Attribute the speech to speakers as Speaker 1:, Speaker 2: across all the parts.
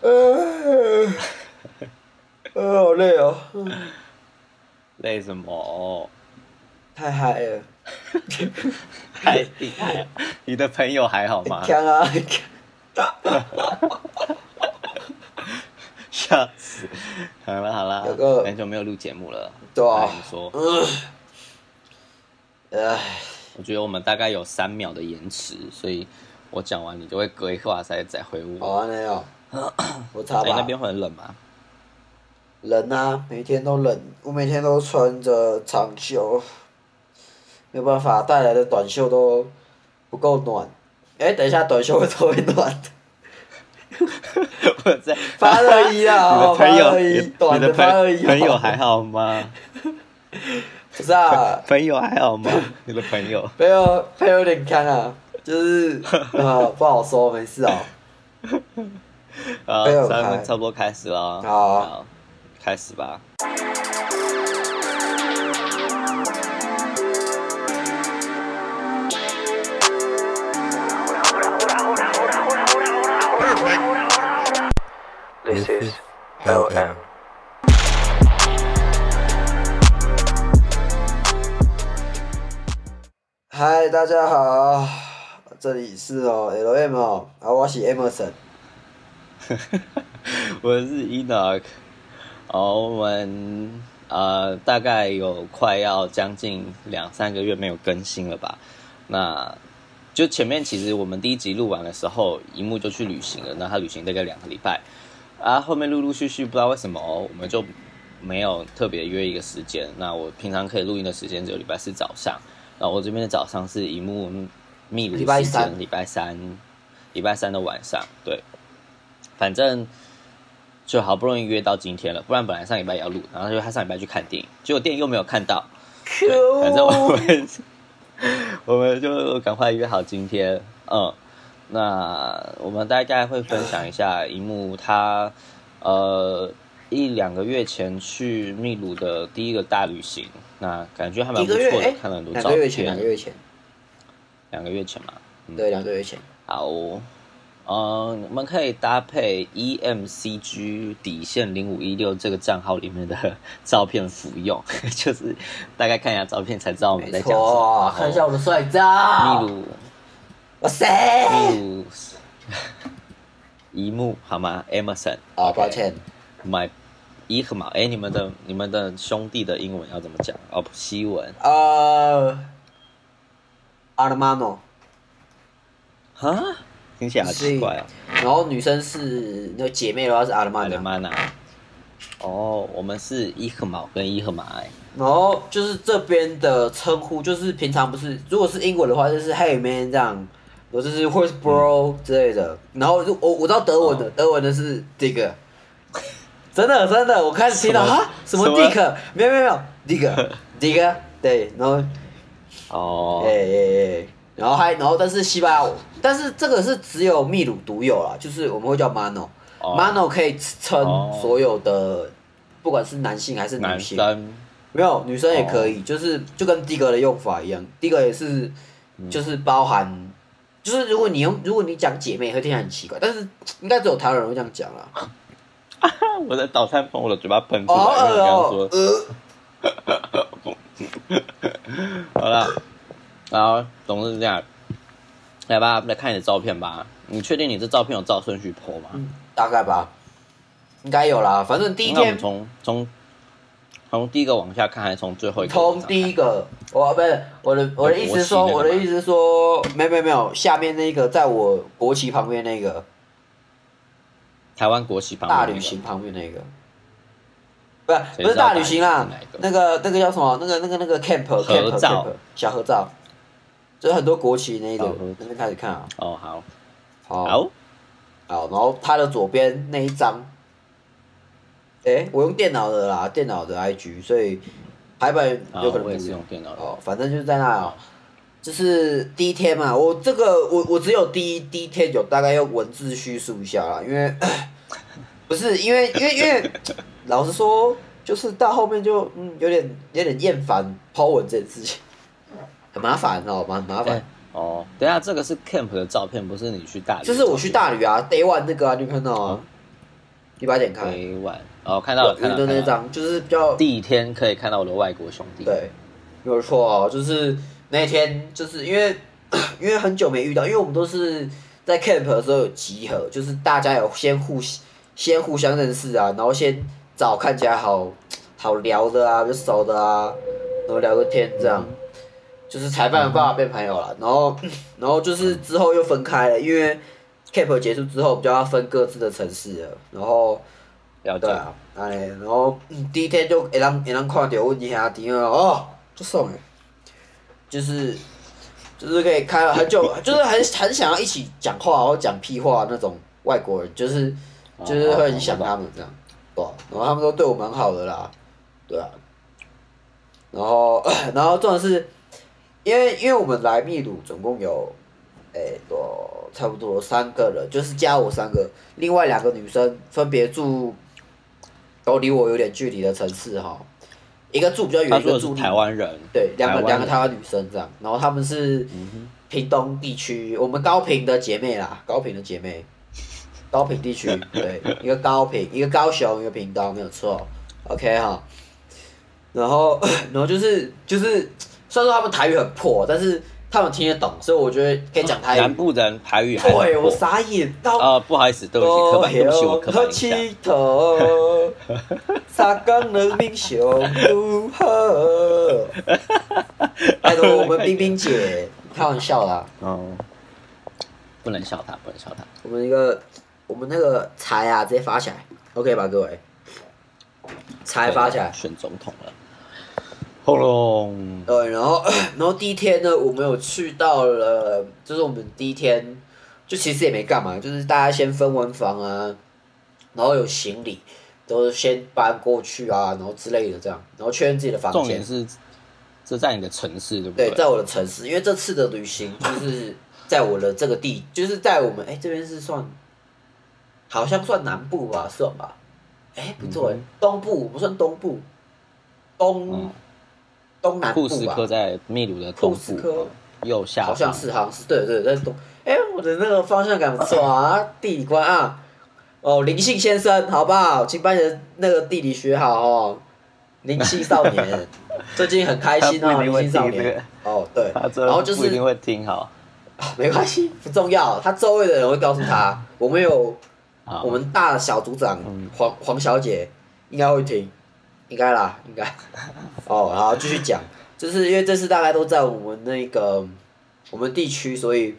Speaker 1: 呃，呃，好累哦，嗯
Speaker 2: 累什么？
Speaker 1: 太嗨了，
Speaker 2: 太厉害了！哎你的朋友还好吗
Speaker 1: 很？强啊，很强
Speaker 2: 笑死！好了好了
Speaker 1: 有个，
Speaker 2: 很久没有录节目了。
Speaker 1: 对啊呃
Speaker 2: 来哎你说，
Speaker 1: 唉，
Speaker 2: 我觉得我们大概有三秒的延迟，所以我讲完你就会隔一个话塞再回
Speaker 1: 好
Speaker 2: 我。
Speaker 1: 啊，那样，我擦
Speaker 2: 哎，那
Speaker 1: 吧，
Speaker 2: 边会很冷 吗？
Speaker 1: 冷啊，每天都冷，我每天都穿着长袖，没有办法，带来的短袖都不够暖。哎，等一下，短袖会稍微 暖的，
Speaker 2: 我在
Speaker 1: 八二一啊，
Speaker 2: 你的
Speaker 1: 哦，八
Speaker 2: 朋友，
Speaker 1: 二一，
Speaker 2: 你
Speaker 1: 短
Speaker 2: 的
Speaker 1: 的
Speaker 2: 朋
Speaker 1: 八二一，
Speaker 2: 朋友还好吗？
Speaker 1: 哦不是啊，
Speaker 2: 朋友还好吗？你的朋友
Speaker 1: 朋友朋友有点干啊， 就是呃不好说，没事啊，
Speaker 2: 啊，
Speaker 1: 朋友还
Speaker 2: 三分差不多开始了。
Speaker 1: 好啊
Speaker 2: 开始吧。
Speaker 3: This is LM.
Speaker 1: 嗨，大家好，这里是哦 L M 哦，啊，我是 Emerson，
Speaker 2: 我是 Enoch，然后我们呃大概有快要将近两三个月没有更新了吧？那就前面其实我们第一集录完的时候，一幕就去旅行了，那他旅行大概两个礼拜，啊，后面陆陆续续不知道为什么我们就没有特别约一个时间。那我平常可以录音的时间只有礼拜四早上，那我这边的早上是一幕秘鲁
Speaker 1: 礼拜
Speaker 2: 时间，
Speaker 1: 三
Speaker 2: 礼拜三，礼拜三的晚上，对，反正。就好不容易约到今天了，不然本来上礼拜也要录，然后就他上礼拜去看电影，结果电影又没有看到，
Speaker 1: 可
Speaker 2: 对，反正我
Speaker 1: 恶，
Speaker 2: 们 我们就赶快约好今天，嗯，那我们大概会分享一下一幕他呃一两个月前去秘鲁的第一个大旅行，那感觉还蛮
Speaker 1: 一
Speaker 2: 不
Speaker 1: 个月
Speaker 2: 错的嗯
Speaker 1: 哎，，
Speaker 2: 看了很多
Speaker 1: 两
Speaker 2: 照
Speaker 1: 个月前，两个
Speaker 2: 片，
Speaker 1: 月前，
Speaker 2: 两个月前嘛，嗯
Speaker 1: 对，两个月前，
Speaker 2: 好哦，嗯，我们可以搭配 E EMCG 底线零五一六这个账号里面的照片服用， 就是大概看一下照片才知道我嗯们在
Speaker 1: 没
Speaker 2: 讲什么
Speaker 1: 错，。啊看一下我的帅照，
Speaker 2: 秘，鲁，
Speaker 1: 哇塞，
Speaker 2: 秘鲁， 一幕好吗？Emerson，
Speaker 1: 啊，抱歉，
Speaker 2: ，My 伊和毛，哎，你们的你们的兄弟的英文要怎么讲？哦，不西文
Speaker 1: 呃，Armano，
Speaker 2: 哈，听起来好奇怪哦。
Speaker 1: 然后女生是那个姐妹的话是
Speaker 2: 阿里
Speaker 1: Armana，
Speaker 2: 曼娜，哦，我们是伊和毛跟伊和马哎。
Speaker 1: 然后就是这边的称呼，就是平常不是，如果是英文的话，就是 Hey man 这样，我就是 Where's bro
Speaker 2: 嗯
Speaker 1: 之类的。然后就我我知道德
Speaker 2: 哦
Speaker 1: 文的，德文的是这个，真的真的，我开始听到
Speaker 2: 什么
Speaker 1: 啊什么
Speaker 2: 什么
Speaker 1: Dick，没有没有没有 Dick Dick，对，然后
Speaker 2: 哦，
Speaker 1: 哎哎哎，然后还然后但是西班牙，但是这个是只有秘鲁独有啦，就是我们会叫 Mano。
Speaker 2: 哦
Speaker 1: Mano 可以称
Speaker 2: 哦
Speaker 1: 所有的，不管是男性还是女
Speaker 2: 男
Speaker 1: 性，
Speaker 2: 生哦
Speaker 1: 没有，女生也可以，就是就跟的哥的用法一样，的哥也是，
Speaker 2: 嗯
Speaker 1: 就是包含，就是如果你用，如果你讲姐妹会听起来很奇怪，但是应该只有台湾人会这样讲啊啦。
Speaker 2: 我在早餐从我的嘴巴喷出
Speaker 1: 哦
Speaker 2: 来，啊因为
Speaker 1: 哦
Speaker 2: 我
Speaker 1: 哦，呃，
Speaker 2: 刚刚说好了，然后总之是这样。来吧，来看你的照片吧。你确定你这照片有照顺序 po 吗？
Speaker 1: 大概吧，应该有啦。反正第一
Speaker 2: 那我们
Speaker 1: 天
Speaker 2: 从从从第一个往下看，还是从最后一个往
Speaker 1: 从
Speaker 2: 上看？
Speaker 1: 第一个，我不是我的我的意思是说，
Speaker 2: 国旗那个吗
Speaker 1: 我的意思是说，没有没有没有，下面那个在我国旗旁边那个
Speaker 2: 台湾国旗旁边
Speaker 1: 大
Speaker 2: 那个
Speaker 1: 旅行旁边那个。不是
Speaker 2: 谁知
Speaker 1: 不
Speaker 2: 道
Speaker 1: 是大旅行啦
Speaker 2: 大旅行是哪一个，
Speaker 1: 那个那个叫什么？那个那个那个 camp
Speaker 2: 合
Speaker 1: camp
Speaker 2: 照
Speaker 1: camp 小合照，就是很多国旗那一
Speaker 2: 小
Speaker 1: 种
Speaker 2: 合照，
Speaker 1: 那边开始看啊。
Speaker 2: 哦，好，
Speaker 1: 好，好，
Speaker 2: 好，
Speaker 1: 然后它的左边那一张，诶，我用电脑的啦，电脑的 IG，所以排版
Speaker 2: 啊
Speaker 1: 有可能
Speaker 2: 我
Speaker 1: 不
Speaker 2: 也
Speaker 1: 一
Speaker 2: 是
Speaker 1: 样
Speaker 2: 用。电脑的。
Speaker 1: 哦，反正就是在那哦，就是第一天嘛。我这个我我只有第一第一天有大概用文字叙述一下啦，因为 不是因为因为因为 老实说，就是到后面就嗯有点有点厌烦抛文这件事情，很麻烦哦，蛮麻烦
Speaker 2: 哎。哦，等一下，这个是 camp 的照片，不是你去大旅。
Speaker 1: 就是我去，大理啊，Day One 那个啊，你有看到啊？第八点开，
Speaker 2: 委婉哦，嗯看到了，看
Speaker 1: 云
Speaker 2: 到
Speaker 1: 的
Speaker 2: 了
Speaker 1: 那
Speaker 2: 看到了。
Speaker 1: 张就是比较
Speaker 2: 第一天可以看到我的外国兄弟，
Speaker 1: 对，没有错哦，就是那天就是因为 因为很久没遇到，因为我们都是在 camp 的时候有集合，就是大家有先互先互相认识啊，然后先找看起来好好聊的啊，比较熟的啊，然后聊个天这样，就是才办法变朋友了。然后 然后就是之后又分开了，因为 camp 结束之后，我们就要分各自的城市了，然后。
Speaker 2: 了解
Speaker 1: 对。啊，安尼，然后、嗯第一天就会人会人看到阮兄弟啊，哦，就爽诶，就是就是可以看到很久，就是很很想要一起讲话或讲屁话那种外国人，就是
Speaker 2: 哦
Speaker 1: 就是会很想他们这样，对啊、然后他们都对我蛮好的啦，对啊，然后 然后重点是，因为因为我们来秘鲁总共有。诶、我差不多三个人，就是加我三个，另外两个女生分别住都离我有点距离的城市哈，一个住比较远，
Speaker 2: 他
Speaker 1: 一个
Speaker 2: 说的
Speaker 1: 住
Speaker 2: 是
Speaker 1: 另
Speaker 2: 台湾人，
Speaker 1: 对，两
Speaker 2: 台
Speaker 1: 个
Speaker 2: 湾嗯
Speaker 1: 两个
Speaker 2: 人
Speaker 1: 台湾女生这样，然后她们是屏东地区，我们高平的姐妹啦，高平的姐妹，高平地 区，对，一个高平，一个高雄，一个屏东，没有错，OK 哈。然后， 然后就是就是，虽然说他们台语很破，但是他们听得懂，所以我觉得可以讲台
Speaker 2: 南
Speaker 1: 语。
Speaker 2: 部人台语还
Speaker 1: 哎对，
Speaker 2: 很
Speaker 1: 我哦
Speaker 2: 破
Speaker 1: 傻眼，到
Speaker 2: 啊，不好意思，对不起，刻板，对不起，我刻板印象。
Speaker 1: 七头，三江人民雄如何？拜托，我们冰冰姐开玩笑啦，
Speaker 2: 哦，不能笑他，不能笑他。
Speaker 1: 我们一个我们那个财啊，直接发起来，OK 吧，各位？财发起来，
Speaker 2: 选总统了，轰隆！
Speaker 1: 对，呃然后然后第一天呢，我们有去到了，就是我们第一天就其实也没干嘛，就是大家先分完房啊，然后有行李都先搬过去啊，然后之类的这样，然后确认自己的房
Speaker 2: 重
Speaker 1: 间
Speaker 2: 点。是这在你的城市，对不
Speaker 1: 对，在我的城市，因为这次的旅行就是在我的这个地，就是在我们哎、这边是算，好像算南部吧，算吧，哎、不错哎、
Speaker 2: 嗯
Speaker 1: 东部我们算东部，东、
Speaker 2: 嗯
Speaker 1: 东南部
Speaker 2: 库斯
Speaker 1: 吧
Speaker 2: 科，在秘鲁的东
Speaker 1: 库斯
Speaker 2: 部
Speaker 1: 科
Speaker 2: 右下方，
Speaker 1: 好像是，好像是，对对对，在东。哎、我的那个方向感不错啊，地理观啊。哦，林姓先生，好不好？请把你的那个地理学好哦。林姓少年， 最近很开心
Speaker 2: 他
Speaker 1: 哦，
Speaker 2: 不一定
Speaker 1: 林
Speaker 2: 会
Speaker 1: 姓少
Speaker 2: 听这
Speaker 1: 年
Speaker 2: 个。
Speaker 1: 哦，对
Speaker 2: 他，真
Speaker 1: 然后
Speaker 2: 的
Speaker 1: 就
Speaker 2: 不一定
Speaker 1: 是
Speaker 2: 会听好。
Speaker 1: 没关系，不重要，他周围的人会告诉他。我们有
Speaker 2: 好嗯
Speaker 1: 我们大小组长黄黄小姐应该会听，应该啦， 应该。哦，然后继续讲，就是因为这次大概都在我们那个我们地区，所以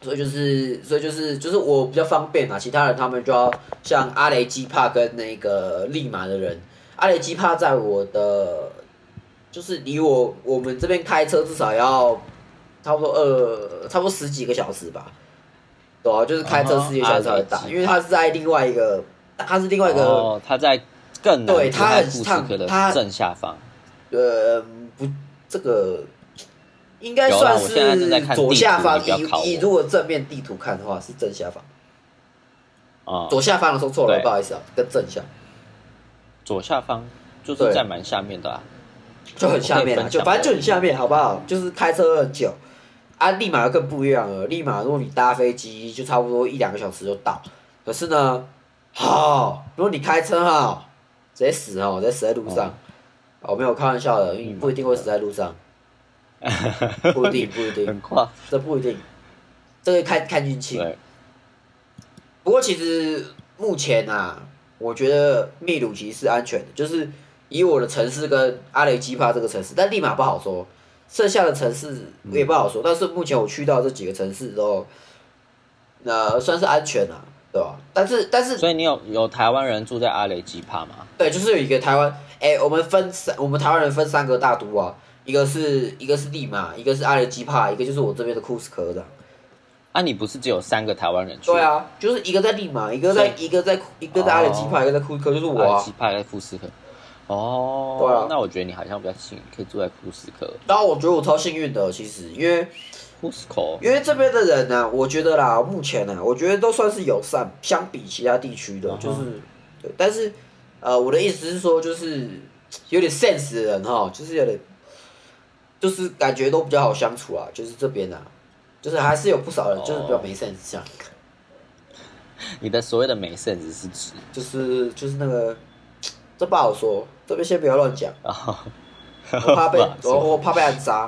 Speaker 1: 所以就是所以就是就是我比较方便啊，其他人他们就要像阿雷基帕跟那个利马的人，阿雷基帕在我的就是离我我们这边开车至少要差不多呃差不多十几个小时吧。对啊，就是开车十几个小时才会
Speaker 2: 啊
Speaker 1: 到，
Speaker 2: 哈
Speaker 1: 因为他是在另外一个，他是另外一个、
Speaker 2: 哦，他在更南
Speaker 1: 对他
Speaker 2: 在
Speaker 1: 很
Speaker 2: 库斯
Speaker 1: 烫
Speaker 2: 科的
Speaker 1: 他
Speaker 2: 正下方。
Speaker 1: 呃，不，这个应该
Speaker 2: 有啦啊
Speaker 1: 算
Speaker 2: 我现在正在
Speaker 1: 是
Speaker 2: 看
Speaker 1: 左
Speaker 2: 地
Speaker 1: 下
Speaker 2: 图
Speaker 1: 方
Speaker 2: 你不要考我
Speaker 1: 以以如果正面地图看的话是正下方，
Speaker 2: 啊，
Speaker 1: 左下方的说错了，
Speaker 2: 对
Speaker 1: 不好意思啊，跟正下
Speaker 2: 左下方就
Speaker 1: 对
Speaker 2: 是在蛮下面的啊。
Speaker 1: 就很下面
Speaker 2: 我可以分
Speaker 1: 了，
Speaker 2: 享
Speaker 1: 就反正就很下面，好不好？就是开车很久，啊，立马更不一样了，立马如果你搭飞机就差不多一两个小时就到，可是呢，好、如果你开车哈、直接死哦，直接死在路上。哦没有开玩笑的，你不一定会死在路 上，不一定，不一 定，
Speaker 2: 很快，
Speaker 1: 这不一定，这个看看运气。
Speaker 2: 对，
Speaker 1: 不过其实目前啊，我觉得秘鲁其实是安全的，就是以我的城市跟阿雷基帕这个城市，但利马不好说，剩下的城市也不好说。但是目前我去到这几个城市之后，呃，算是安全啊，对吧？但是但是
Speaker 2: 所以你有有台湾人住在阿雷基帕吗？
Speaker 1: 对，就是有一个台湾，哎、我们分三，我们台湾人分三个大都啊，一个是一个是利马，一个是阿雷基帕，一个就是我这边的库斯科的。
Speaker 2: 啊，你不是只有三个台湾人去？
Speaker 1: 对，啊，就是一个在利马，一个在一个在一个在阿雷基帕，一个在库斯科，就是我
Speaker 2: 阿
Speaker 1: 啊
Speaker 2: 雷。基帕在库斯科。哦，
Speaker 1: 对啊
Speaker 2: 那我觉得你好像比较幸运，可以住在库斯科。
Speaker 1: 然后我觉得我超幸运的，其实因为
Speaker 2: 库斯科
Speaker 1: 因为这边的人呢、啊我觉得啦，目前呢、我觉得都算是友善，相比其他地
Speaker 2: 嗯
Speaker 1: 区的，就是对。但是呃，我的意思是说，就是有点 sense 的人哈，就是有点，就是感觉都比较好相处
Speaker 2: 哦
Speaker 1: 啊，就是这边啊，就是还是有不少人就是比较没 sense 这样。
Speaker 2: 你的所谓的没 sense 是指
Speaker 1: 就是就是那个，这不好说，这边先不要乱讲，
Speaker 2: 啊？哦
Speaker 1: 我怕被 哦
Speaker 2: 不好
Speaker 1: 我
Speaker 2: 说
Speaker 1: 我怕被暗杀，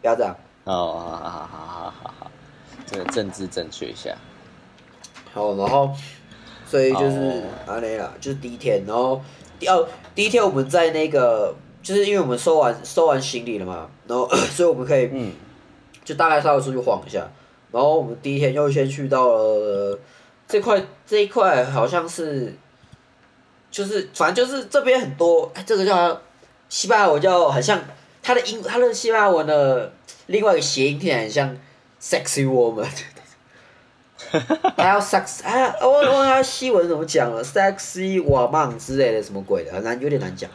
Speaker 1: 不要这样。
Speaker 2: 哦，好好好好好好，这个政治正确一下。
Speaker 1: 好，然后所以就是
Speaker 2: 哦
Speaker 1: 安内啦，就是第一天，然后第二第一天我们在那个，就是因为我们收完收完行李了嘛，然后 所以我们可以
Speaker 2: 嗯，
Speaker 1: 就大概稍微出去晃一下，然后我们第一天又先去到了这块这一块好像是，就是反正就是这边很多，哎，这个叫它西班牙文叫很像它的英它的西班牙文的另外一个谐音听起来很像 sexy woman。还有 sex，哎呀，我忘了它西文怎么讲了，sexy 瓦曼之类的什么鬼的，很难，有点难讲，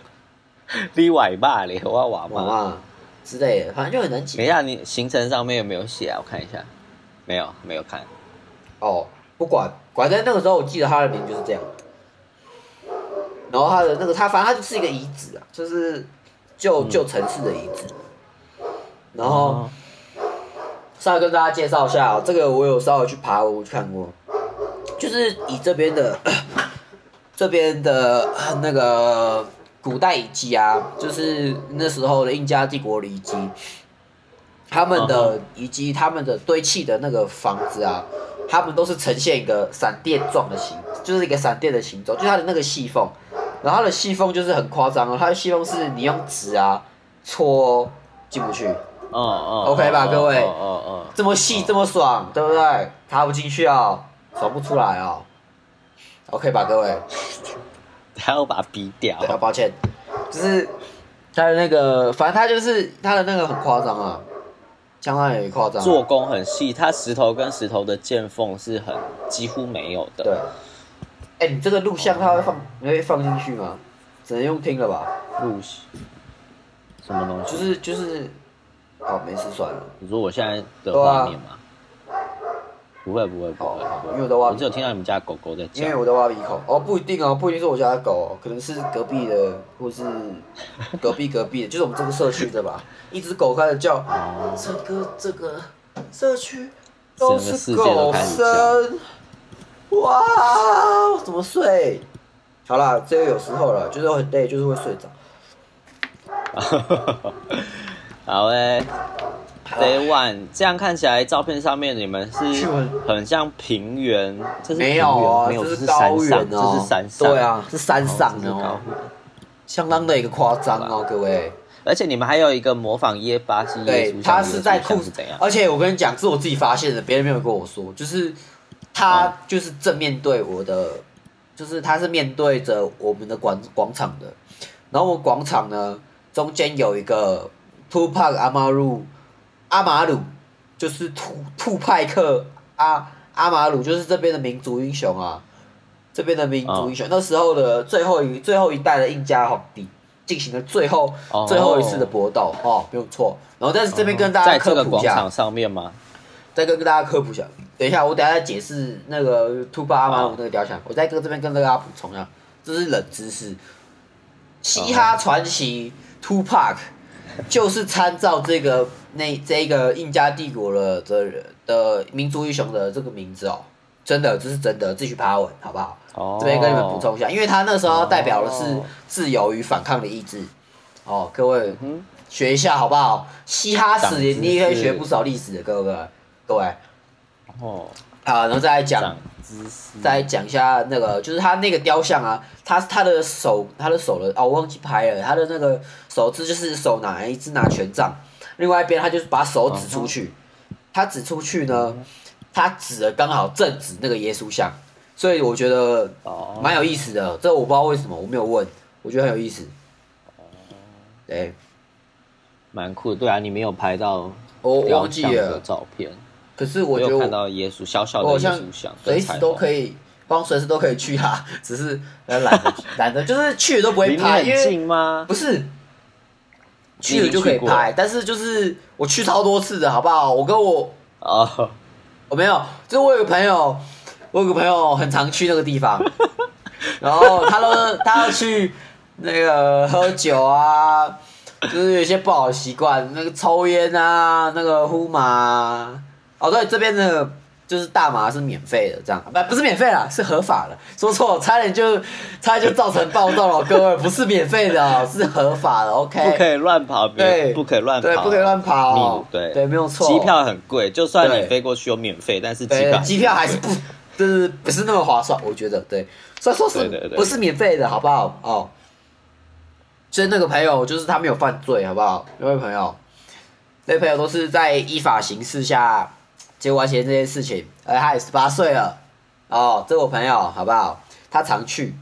Speaker 2: 你外爸咧，我瓦
Speaker 1: 瓦
Speaker 2: 爸。
Speaker 1: 曼啊之类的，反正就很难讲
Speaker 2: 等。一下，你行程上面有没有写啊？我看一下，没有，没有看。
Speaker 1: 哦，不管，反正那个时候我记得他的名就是这样。然后他的那个他，反正他就是一个遗址啊，就是旧旧城市的遗址。然后
Speaker 2: 哦，
Speaker 1: 稍微跟大家介绍一下、哦，这个我有稍微去爬，我去看过，就是以这边的 这边的呃那个古代遗迹啊，就是那时候的印加帝国的遗迹，他们的遗迹，他们的堆砌的那个房子啊，他们都是呈现一个闪电状的形，就是一个闪电的形状，就是它的那个细缝，然后它的细缝就是很夸张哦，它的细缝是你用纸啊戳进不去，
Speaker 2: 哦哦
Speaker 1: OK 吧
Speaker 2: 哦
Speaker 1: 各位
Speaker 2: 哦哦
Speaker 1: 这么细这么爽，对不对？插不进去哦，爽不出来哦。OK 吧，各位。
Speaker 2: 哦，还要把它逼掉。
Speaker 1: 对啊，抱歉，就是他的那个，反正他就是他的那个很夸张啊，相当也夸张啊、
Speaker 2: 做工很细，它石头跟石头的见缝是很几乎没有的。
Speaker 1: 对。哎、你这个录像他会放，你会放进去吗？只能用听了吧，
Speaker 2: 入戏什么东西？
Speaker 1: 就是就是，哦，没事算了。
Speaker 2: 你说我现在
Speaker 1: 对
Speaker 2: 的
Speaker 1: 啊
Speaker 2: 画面吗？不会不会不会
Speaker 1: 好，
Speaker 2: 不会
Speaker 1: 因为我在挖
Speaker 2: 我只有听到你们家狗狗在
Speaker 1: 因为
Speaker 2: 叫。
Speaker 1: 我在挖鼻孔哦，不一定哦，不一定是我家的狗、哦，可能是隔壁的，或是隔壁隔壁的，就是我们这个社区的 吧。一只狗开始叫，
Speaker 2: 哦
Speaker 1: 这个这个社区都是
Speaker 2: 整个世界都
Speaker 1: 狗
Speaker 2: 开始
Speaker 1: 声，哇，我怎么睡？好啦，这个有时候了，就是很累，就是会睡着。
Speaker 2: 好诶、
Speaker 1: 啊好
Speaker 2: Day One，这样看起来照片上面你们是
Speaker 1: 去玩
Speaker 2: 很像平原，这是
Speaker 1: 没有哦，
Speaker 2: 平原没有，
Speaker 1: 这
Speaker 2: 是
Speaker 1: 高原
Speaker 2: 山上，
Speaker 1: 哦，
Speaker 2: 这是山上，
Speaker 1: 对啊，是山上
Speaker 2: 这是高
Speaker 1: 哦，
Speaker 2: 原
Speaker 1: 相当的一个夸张哦，各位。
Speaker 2: 而且你们还有一个模仿耶巴西耶
Speaker 1: 对
Speaker 2: 稣，
Speaker 1: 他
Speaker 2: 像
Speaker 1: 是
Speaker 2: 耶
Speaker 1: 在
Speaker 2: 稣
Speaker 1: 库
Speaker 2: 像是怎样？
Speaker 1: 而且我跟你讲，是我自己发现的，别人没有跟我说，就是他就是正面对我的，就是他是面对着我们的广广场的，然后我广场呢中间有一个 Tupac 阿马鲁阿马鲁，就是兔兔派克阿阿马鲁，就是这边的民族英雄啊，这边的民
Speaker 2: 啊
Speaker 1: 族英雄，那时候的最后一最后一代的印加皇帝进行了最后、
Speaker 2: 哦
Speaker 1: 最后一次的搏斗哦，没有错。然后但是这边跟大家
Speaker 2: 哦在这
Speaker 1: 科
Speaker 2: 个
Speaker 1: 普一
Speaker 2: 广
Speaker 1: 下，
Speaker 2: 场上面吗？
Speaker 1: 再跟跟大家科普一下。等一下，我等一下再解释那个突巴阿玛鲁那个雕像，我再跟这边跟大家补充一下，这是冷知识。嘻哈传奇 Tupac 就是参照这个那这个印加帝国的的的民族英雄的这个名字哦，真的这是真的，自己去爬文好不好？
Speaker 2: 哦，
Speaker 1: 这边跟你们补充一下，因为他那时候代表的是
Speaker 2: 哦
Speaker 1: 自由与反抗的意志。哦，各位
Speaker 2: 嗯
Speaker 1: 学一下好不好？嘻哈史
Speaker 2: 长知识
Speaker 1: 你也可以学不少历史的，各位各位。
Speaker 2: 哦，
Speaker 1: 好，然后再来讲
Speaker 2: 长，知识，
Speaker 1: 再来讲一下那个，就是他那个雕像啊，他他的手，他的手的哦，我忘记拍了，他的那个手指就是手拿一只拿权杖，另外一边他就是把手指出去，
Speaker 2: 嗯
Speaker 1: 他指出去呢，他指的刚好正指那个耶稣像，所以我觉得
Speaker 2: 哦，
Speaker 1: 蛮有意思的，这我不知道为什么，我没有问，我觉得很有意思。哎对，
Speaker 2: 蛮酷的，对啊，你没有拍到
Speaker 1: 我我
Speaker 2: 雕
Speaker 1: 忘记
Speaker 2: 像的
Speaker 1: 了，
Speaker 2: 照片，
Speaker 1: 可是我觉得
Speaker 2: 有看
Speaker 1: 我
Speaker 2: 到耶稣小小
Speaker 1: 我好
Speaker 2: 的耶
Speaker 1: 像
Speaker 2: 稣像，
Speaker 1: 随时都可
Speaker 2: 以，
Speaker 1: 以，光随时都可以去啊， 只是呃懒得懒得，就是去了都不会
Speaker 2: 离你
Speaker 1: 拍，因
Speaker 2: 很
Speaker 1: 为
Speaker 2: 近吗？
Speaker 1: 不是去
Speaker 2: 你已
Speaker 1: 了
Speaker 2: 经
Speaker 1: 就可以
Speaker 2: 去过
Speaker 1: 拍，但是就是我去超多次的好不好？我跟我
Speaker 2: 哦，
Speaker 1: 我没有，就是我有个朋友，我有个朋友很常去那个地 方，然后他都他要去那个喝酒啊，就是有一些不好的习惯，那个抽烟啊，那个呼麻啊、哦，对，这边的就是大麻是免费的，这样不不是免费啦，是合法的。说错，差点就差点就造成暴动了，各位，不是免费的哦，是合法的。OK，
Speaker 2: 不可以乱跑，别
Speaker 1: 哎对，
Speaker 2: 不可以乱跑，
Speaker 1: 对，不可以乱跑哦
Speaker 2: 你，对
Speaker 1: 对，没有错。
Speaker 2: 机票很贵，就算
Speaker 1: 对
Speaker 2: 你飞过去有免费，但是机
Speaker 1: 对
Speaker 2: 票
Speaker 1: 机票还是不，就是不是那么划算，我觉得对。虽然说是
Speaker 2: 对对对
Speaker 1: 不是免费的，好不好？哦，所以那个朋友就是他没有犯罪，好不好？那位朋友，那位朋友都是在依法行事下结果完成这件事情，而他也十八岁了。哦，这我朋友，好不好？他常去，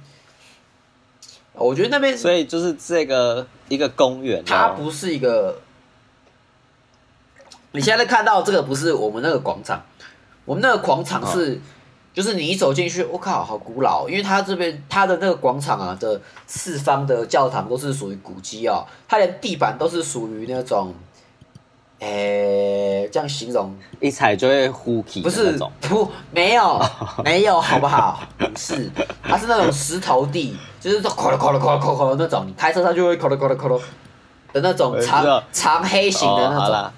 Speaker 1: 我觉得那边
Speaker 2: 所以就是这个一个公园、哦，
Speaker 1: 它不是一个，你现在看到这个不是我们那个广场，我们那个广场是，就是你一走进去，我、靠，好古老哦，因为它这边它的那个广场啊的四方的教堂都是属于古迹哦，它连地板都是属于那种，诶、这样形容
Speaker 2: 一踩就会呼起
Speaker 1: 不
Speaker 2: 的
Speaker 1: 是
Speaker 2: 那种，
Speaker 1: 不没 有没有好不好？不是，它是那种石头地，就是说咯咯咯咯咯咯那种，你开车它就会咯咯咯咯咯的那种
Speaker 2: 我知
Speaker 1: 长
Speaker 2: 道
Speaker 1: 长黑型的
Speaker 2: 哦、
Speaker 1: 那
Speaker 2: 好
Speaker 1: 种，
Speaker 2: 啦，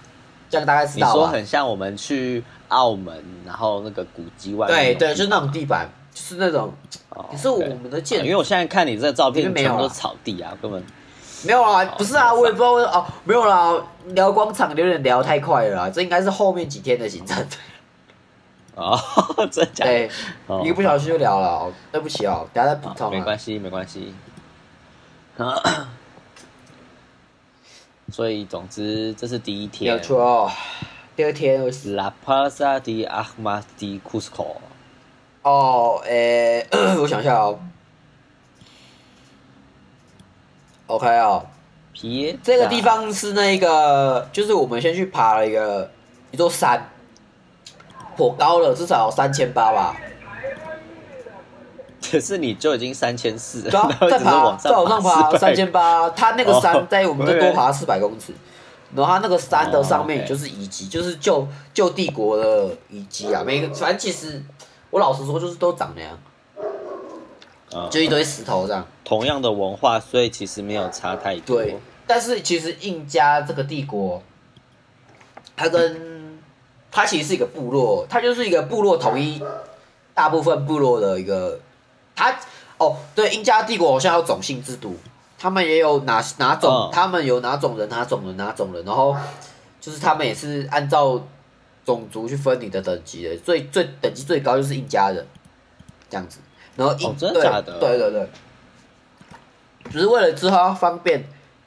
Speaker 1: 这样大概知
Speaker 2: 你
Speaker 1: 道
Speaker 2: 说
Speaker 1: 吧？
Speaker 2: 很像我们去澳门，然后那个古迹外
Speaker 1: 对
Speaker 2: 面
Speaker 1: 对，就是
Speaker 2: 那
Speaker 1: 那种地板，就是那种，
Speaker 2: 种
Speaker 1: 可是我们的建
Speaker 2: 因为我现在看你这个照
Speaker 1: 里面
Speaker 2: 片，
Speaker 1: 没有
Speaker 2: 全
Speaker 1: 啊
Speaker 2: 部都草地啊，根本
Speaker 1: 没有啦，不是啊，
Speaker 2: 没有
Speaker 1: 我也不知道为哦，没有啦，聊广场有点聊太快了啦，啊这应该是后面几天的行程，
Speaker 2: 哦， 真 假的？
Speaker 1: 对，
Speaker 2: 哦
Speaker 1: 一个不小心就聊了哦，对不起哦，等下再补
Speaker 2: 好
Speaker 1: 充
Speaker 2: 没
Speaker 1: 啊。
Speaker 2: 关系，没关系。 所以，总之，这是第一
Speaker 1: 没有
Speaker 2: 天。
Speaker 1: 错哦，第二天我
Speaker 2: La Plaza de Ahmad de Cusco。
Speaker 1: 哦，诶、 我想一下哦。OK 哦，
Speaker 2: 皮
Speaker 1: 这个地方是那个，就是我们先去爬了一个一座山，颇高了，至少三千八 吧。
Speaker 2: 可是你就已经三千四，
Speaker 1: 对
Speaker 2: 然
Speaker 1: 啊
Speaker 2: 后，只
Speaker 1: 再
Speaker 2: 是
Speaker 1: 爬，
Speaker 2: 往
Speaker 1: 再往上爬
Speaker 2: 400
Speaker 1: 三千八，它那个山
Speaker 2: 哦
Speaker 1: 在我们这多爬四百公尺，然后它那个山的上
Speaker 2: 哦
Speaker 1: 面
Speaker 2: ，OK
Speaker 1: 就是遗迹，就是旧旧帝国的遗迹啊。每个反正其实我老实说，就是都长那样，
Speaker 2: 嗯
Speaker 1: 就一堆石头这样。
Speaker 2: 同样的文化，所以其实没有差太多。
Speaker 1: 对，但是其实印加这个帝国，它跟它其实是一个部落，它就是一个部落统一大部分部落的一个，它哦，对，印加帝国好像有种姓制度，他们也有哪哪种，
Speaker 2: 嗯
Speaker 1: 他们有哪种人，哪种人，哪种人，然后就是他们也是按照种族去分你的等级的，最最等级最高就是印加人，这样子，然后印、
Speaker 2: 哦真的
Speaker 1: 对
Speaker 2: 假的
Speaker 1: 对对对，只是为了之后要方便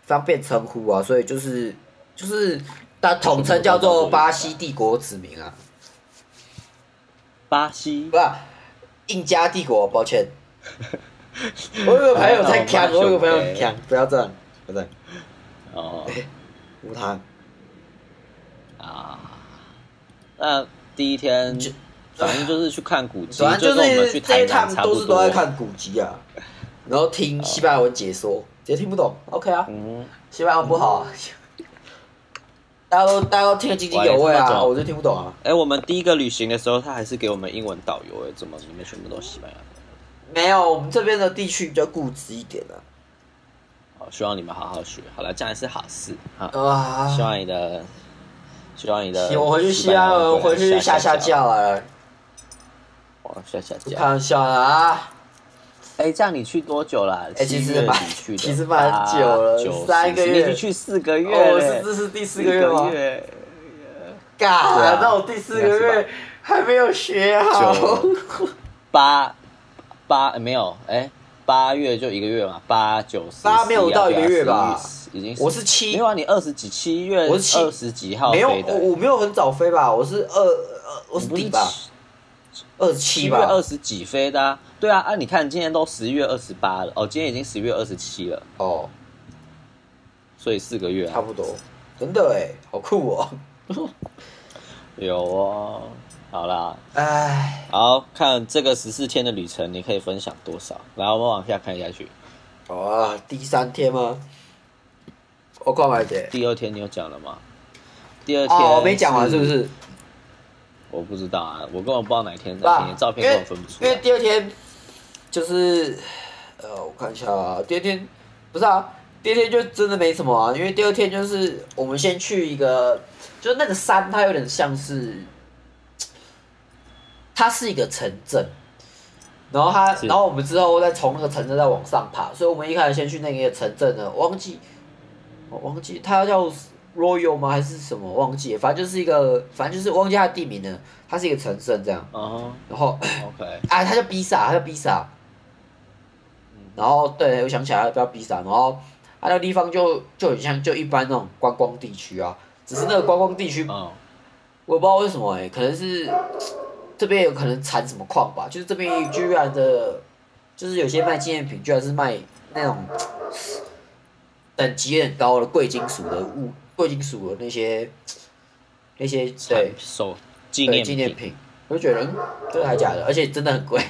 Speaker 1: 方便称呼啊，所以就是就是它统称叫做巴西帝国子民啊，
Speaker 2: 巴西
Speaker 1: 不是啊印加帝国，抱 歉。我有个朋友在
Speaker 2: 还
Speaker 1: 强，
Speaker 2: 好吧
Speaker 1: 我有个朋友
Speaker 2: 兄
Speaker 1: 很
Speaker 2: 弟
Speaker 1: 强，不要这样，不要这样，哎
Speaker 2: 哦
Speaker 1: 无糖。
Speaker 2: 啊，那第一天
Speaker 1: 就
Speaker 2: 反正就是去看古迹，
Speaker 1: 反正
Speaker 2: 跟我们
Speaker 1: 是
Speaker 2: 去
Speaker 1: 这
Speaker 2: 台
Speaker 1: 一趟
Speaker 2: 南差不
Speaker 1: 都
Speaker 2: 多。
Speaker 1: 是都在看古籍啊，然后听西班牙文解说，也听不懂，OK 啊，
Speaker 2: 嗯，
Speaker 1: 西班牙文不好啊， 大家都大家都听得津津有味
Speaker 2: 哇也是那
Speaker 1: 啊，
Speaker 2: 种
Speaker 1: 我就听不懂啊。
Speaker 2: 哎、我们第一个旅行的时候，他还是给我们英文导游，哎，怎么你们全部都西班牙文？
Speaker 1: 没有，我们这边的地区比较固执一点啊。
Speaker 2: 好，希望你们好好学。好了，这样也是好事哈。
Speaker 1: 啊，
Speaker 2: 希望你的，希望你的西班
Speaker 1: 行，
Speaker 2: 牙
Speaker 1: 我回
Speaker 2: 文回来，
Speaker 1: 去西安，我回去下
Speaker 2: 下
Speaker 1: 下
Speaker 2: 架，
Speaker 1: 架了，
Speaker 2: 哦下下
Speaker 1: 不
Speaker 2: 架
Speaker 1: 啊开。玩笑了啊。
Speaker 2: 哎、这样你去多久啦？
Speaker 1: 哎其实
Speaker 2: 七月底
Speaker 1: 蛮
Speaker 2: 去的，
Speaker 1: 其实蛮久了
Speaker 2: 八九
Speaker 1: 三
Speaker 2: 十
Speaker 1: 个
Speaker 2: 你
Speaker 1: 月
Speaker 2: 已经去四个月
Speaker 1: 哦，我
Speaker 2: 嘞，
Speaker 1: 是这是第四
Speaker 2: 四
Speaker 1: 个月吗
Speaker 2: 个？月对
Speaker 1: 嘎
Speaker 2: 啊，
Speaker 1: 那我第四个
Speaker 2: 应该是
Speaker 1: 月
Speaker 2: 吧
Speaker 1: 还没有学好。
Speaker 2: 八八、哎没有，哎、八月就一个月嘛，八九十，啊
Speaker 1: 八没有到一个月吧
Speaker 2: 11已经
Speaker 1: 我是七
Speaker 2: 没有啊，你二十几，七月
Speaker 1: 我是七
Speaker 2: 二十几号
Speaker 1: 没有，
Speaker 2: 飞的、
Speaker 1: 我我没有很早飞吧，我是二二我
Speaker 2: 你
Speaker 1: 是
Speaker 2: 不
Speaker 1: 底
Speaker 2: 是
Speaker 1: 吧，二十
Speaker 2: 七
Speaker 1: 七
Speaker 2: 月二
Speaker 1: 吧。
Speaker 2: 十几飞的、啊，对啊，啊，你看今天都十月二十八了，哦，今天已经十月二十七了，
Speaker 1: 哦，
Speaker 2: 所以四个月
Speaker 1: 差
Speaker 2: 啊，
Speaker 1: 不多，真的哎，好酷哦。
Speaker 2: 有哦，好啦，
Speaker 1: 唉，
Speaker 2: 好看这个十四天的旅程，你可以分享多少？然后我们往下看下去。
Speaker 1: 好啊，第三天吗？我干嘛姐？
Speaker 2: 第二天你有讲了吗？第二天
Speaker 1: 哦，我没讲完是不？是？
Speaker 2: 我不知道啊，我根本不知道哪一天哪一
Speaker 1: 爸
Speaker 2: 天，照片
Speaker 1: 因
Speaker 2: 根
Speaker 1: 为
Speaker 2: 本分不出
Speaker 1: 因为
Speaker 2: 来。
Speaker 1: 第二天就是呃，我看一下啊，第二天不是啊，第二天就真的没什么啊，因为第二天就是我们先去一个，就是那个山，它有点像是它是一个城镇，然后它，
Speaker 2: 是
Speaker 1: 然后我们之后再从那个城镇再往上爬，所以我们一开始先去那个城镇的，我忘记，我忘记它叫 Royal 吗还是什么，忘记了，反正就是一个，反正就是忘记它的地名了，它是一个城镇这样，
Speaker 2: 哦
Speaker 1: 然后
Speaker 2: ，OK，
Speaker 1: 啊，它叫比萨，它叫比萨。然后对，我想起来了，叫比萨。然后它那个地方就就很像就一般那种观光地区啊，只是那个观光地区
Speaker 2: 哦，
Speaker 1: 我不知道为什么哎、可能是这边有可能产什么矿吧，就是这边居然的，就是有些卖纪念品居然是卖那种等级很高的贵金属的物，贵金属的那些那些对
Speaker 2: 产手纪
Speaker 1: 对
Speaker 2: 念
Speaker 1: 纪
Speaker 2: 品，
Speaker 1: 念品，我就觉得嗯这个还假的，而且真的很贵，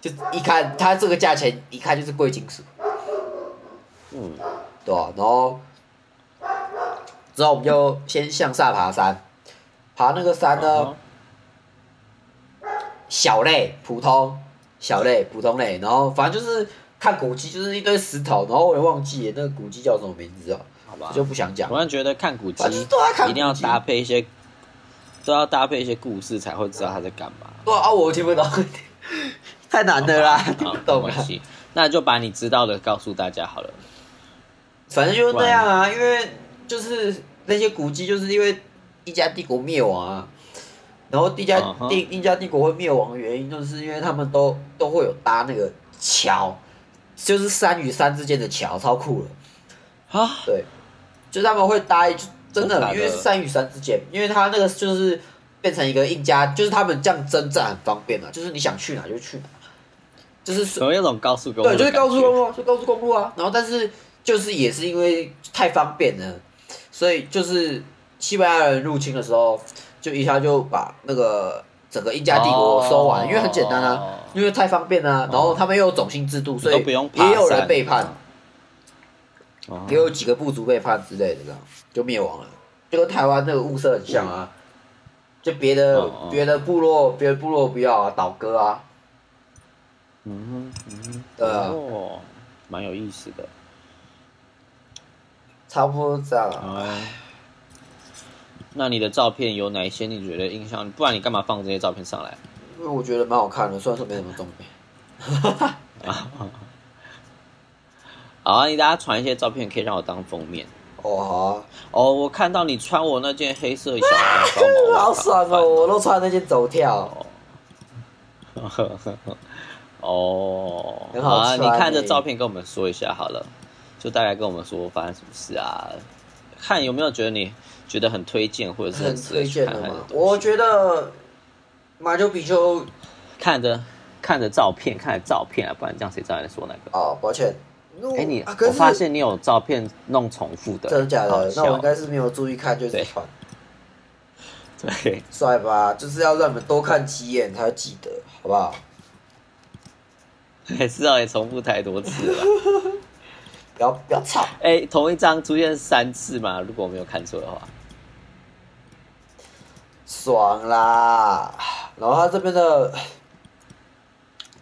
Speaker 1: 就一看它这个价钱，一看就是贵金属，
Speaker 2: 嗯，
Speaker 1: 对吧、然后之后我们就先向下爬山，爬那个山呢。
Speaker 2: 哦
Speaker 1: 小类、普通、小类、普通类，然后反正就是看古迹，就是一堆石头，然后我也忘记了那个古迹叫什么名字啊，
Speaker 2: 好吧
Speaker 1: 我，就不想讲
Speaker 2: 我。然觉得看古迹
Speaker 1: 反正都在看古迹
Speaker 2: 哦一定要搭配一些，都要搭配一些故事才会知道他在干 嘛。
Speaker 1: 对啊，我听不懂，太难的啦，听不
Speaker 2: 好啊没
Speaker 1: 懂啦
Speaker 2: 关。系，那就把你知道的告诉大家好了。
Speaker 1: 反正就是那样啊，因为就是那些古迹，就是因为一家帝国灭亡啊，然后一家
Speaker 2: 嗯哼
Speaker 1: 帝一家帝国会灭亡的原因，就是因为他们都都会有搭那个桥，就是山与山之间的桥，超酷了。
Speaker 2: 啊，
Speaker 1: 对，就是他们会搭一，就真
Speaker 2: 真的假
Speaker 1: 的，
Speaker 2: 的
Speaker 1: 因为是山与山之间，因为他那个就是变成一个硬加，就是他们这样征战很方便啊，就是你想去哪就去哪，就是
Speaker 2: 怎么有种高速公路？
Speaker 1: 对，就是高速公。路啊，就高速公路啊。然后但是就是也是因为太方便了，所以就是西班牙人入侵的时候，就一下就把那个整个印加帝国收完，
Speaker 2: 哦
Speaker 1: 因为很简单啊，因为太方便啊。然后他们又有种姓制度，所以
Speaker 2: 都不用爬啊
Speaker 1: 也有人
Speaker 2: 山
Speaker 1: 背叛。
Speaker 2: 哦
Speaker 1: 也有几个部族背叛之类的，这样就灭亡了，就跟台湾那个雾社很像啊。
Speaker 2: 嗯
Speaker 1: 就别的
Speaker 2: 哦哦
Speaker 1: 别的部落，别的部落不要啊，倒戈啊，
Speaker 2: 嗯哼嗯哼，
Speaker 1: 对啊
Speaker 2: 哦，蛮有意思的。
Speaker 1: 差不多这样啊。
Speaker 2: 哎，那你的照片有哪一些你觉得印象？不然你干嘛放这些照片上来？
Speaker 1: 因为我觉得蛮好看的，虽然说没什么重点。
Speaker 2: 好啊，你大家传一些照片，可以让我当封面。
Speaker 1: 哦，好啊，
Speaker 2: 哦，我看到你穿我那件黑色小高跟
Speaker 1: 好爽哦！我都穿那件走跳，啊
Speaker 2: 哦！哦，
Speaker 1: 很
Speaker 2: 好
Speaker 1: 好
Speaker 2: 啊，
Speaker 1: 穿
Speaker 2: 你看着
Speaker 1: 欸
Speaker 2: 照片跟我们说一下好了，就大概跟我们说发生什么事啊，看有没有觉得你觉得很推荐或者是
Speaker 1: 很
Speaker 2: 值
Speaker 1: 推
Speaker 2: 得去
Speaker 1: 荐
Speaker 2: 看
Speaker 1: 的
Speaker 2: 看
Speaker 1: 嘛。
Speaker 2: 东西
Speaker 1: 我觉得马丘比丘
Speaker 2: 看着看着照片，看着照片啊，不然这样谁知道你在说哪个？
Speaker 1: 哦，抱歉，
Speaker 2: 哎、你、
Speaker 1: 啊可
Speaker 2: 我
Speaker 1: 是
Speaker 2: 发现你有照片弄重复的，
Speaker 1: 真的假
Speaker 2: 好
Speaker 1: 的？那
Speaker 2: 笑
Speaker 1: 我应该是没有注意看，就是
Speaker 2: 对
Speaker 1: 穿
Speaker 2: 对，
Speaker 1: 帅吧，就是要让你们多看几眼才会记得，好不好？
Speaker 2: 也知道也重复太多次了。
Speaker 1: 不要不要吵。
Speaker 2: 哎、同一张出现三次嘛？如果我没有看错的话，
Speaker 1: 爽啦！然后它这边的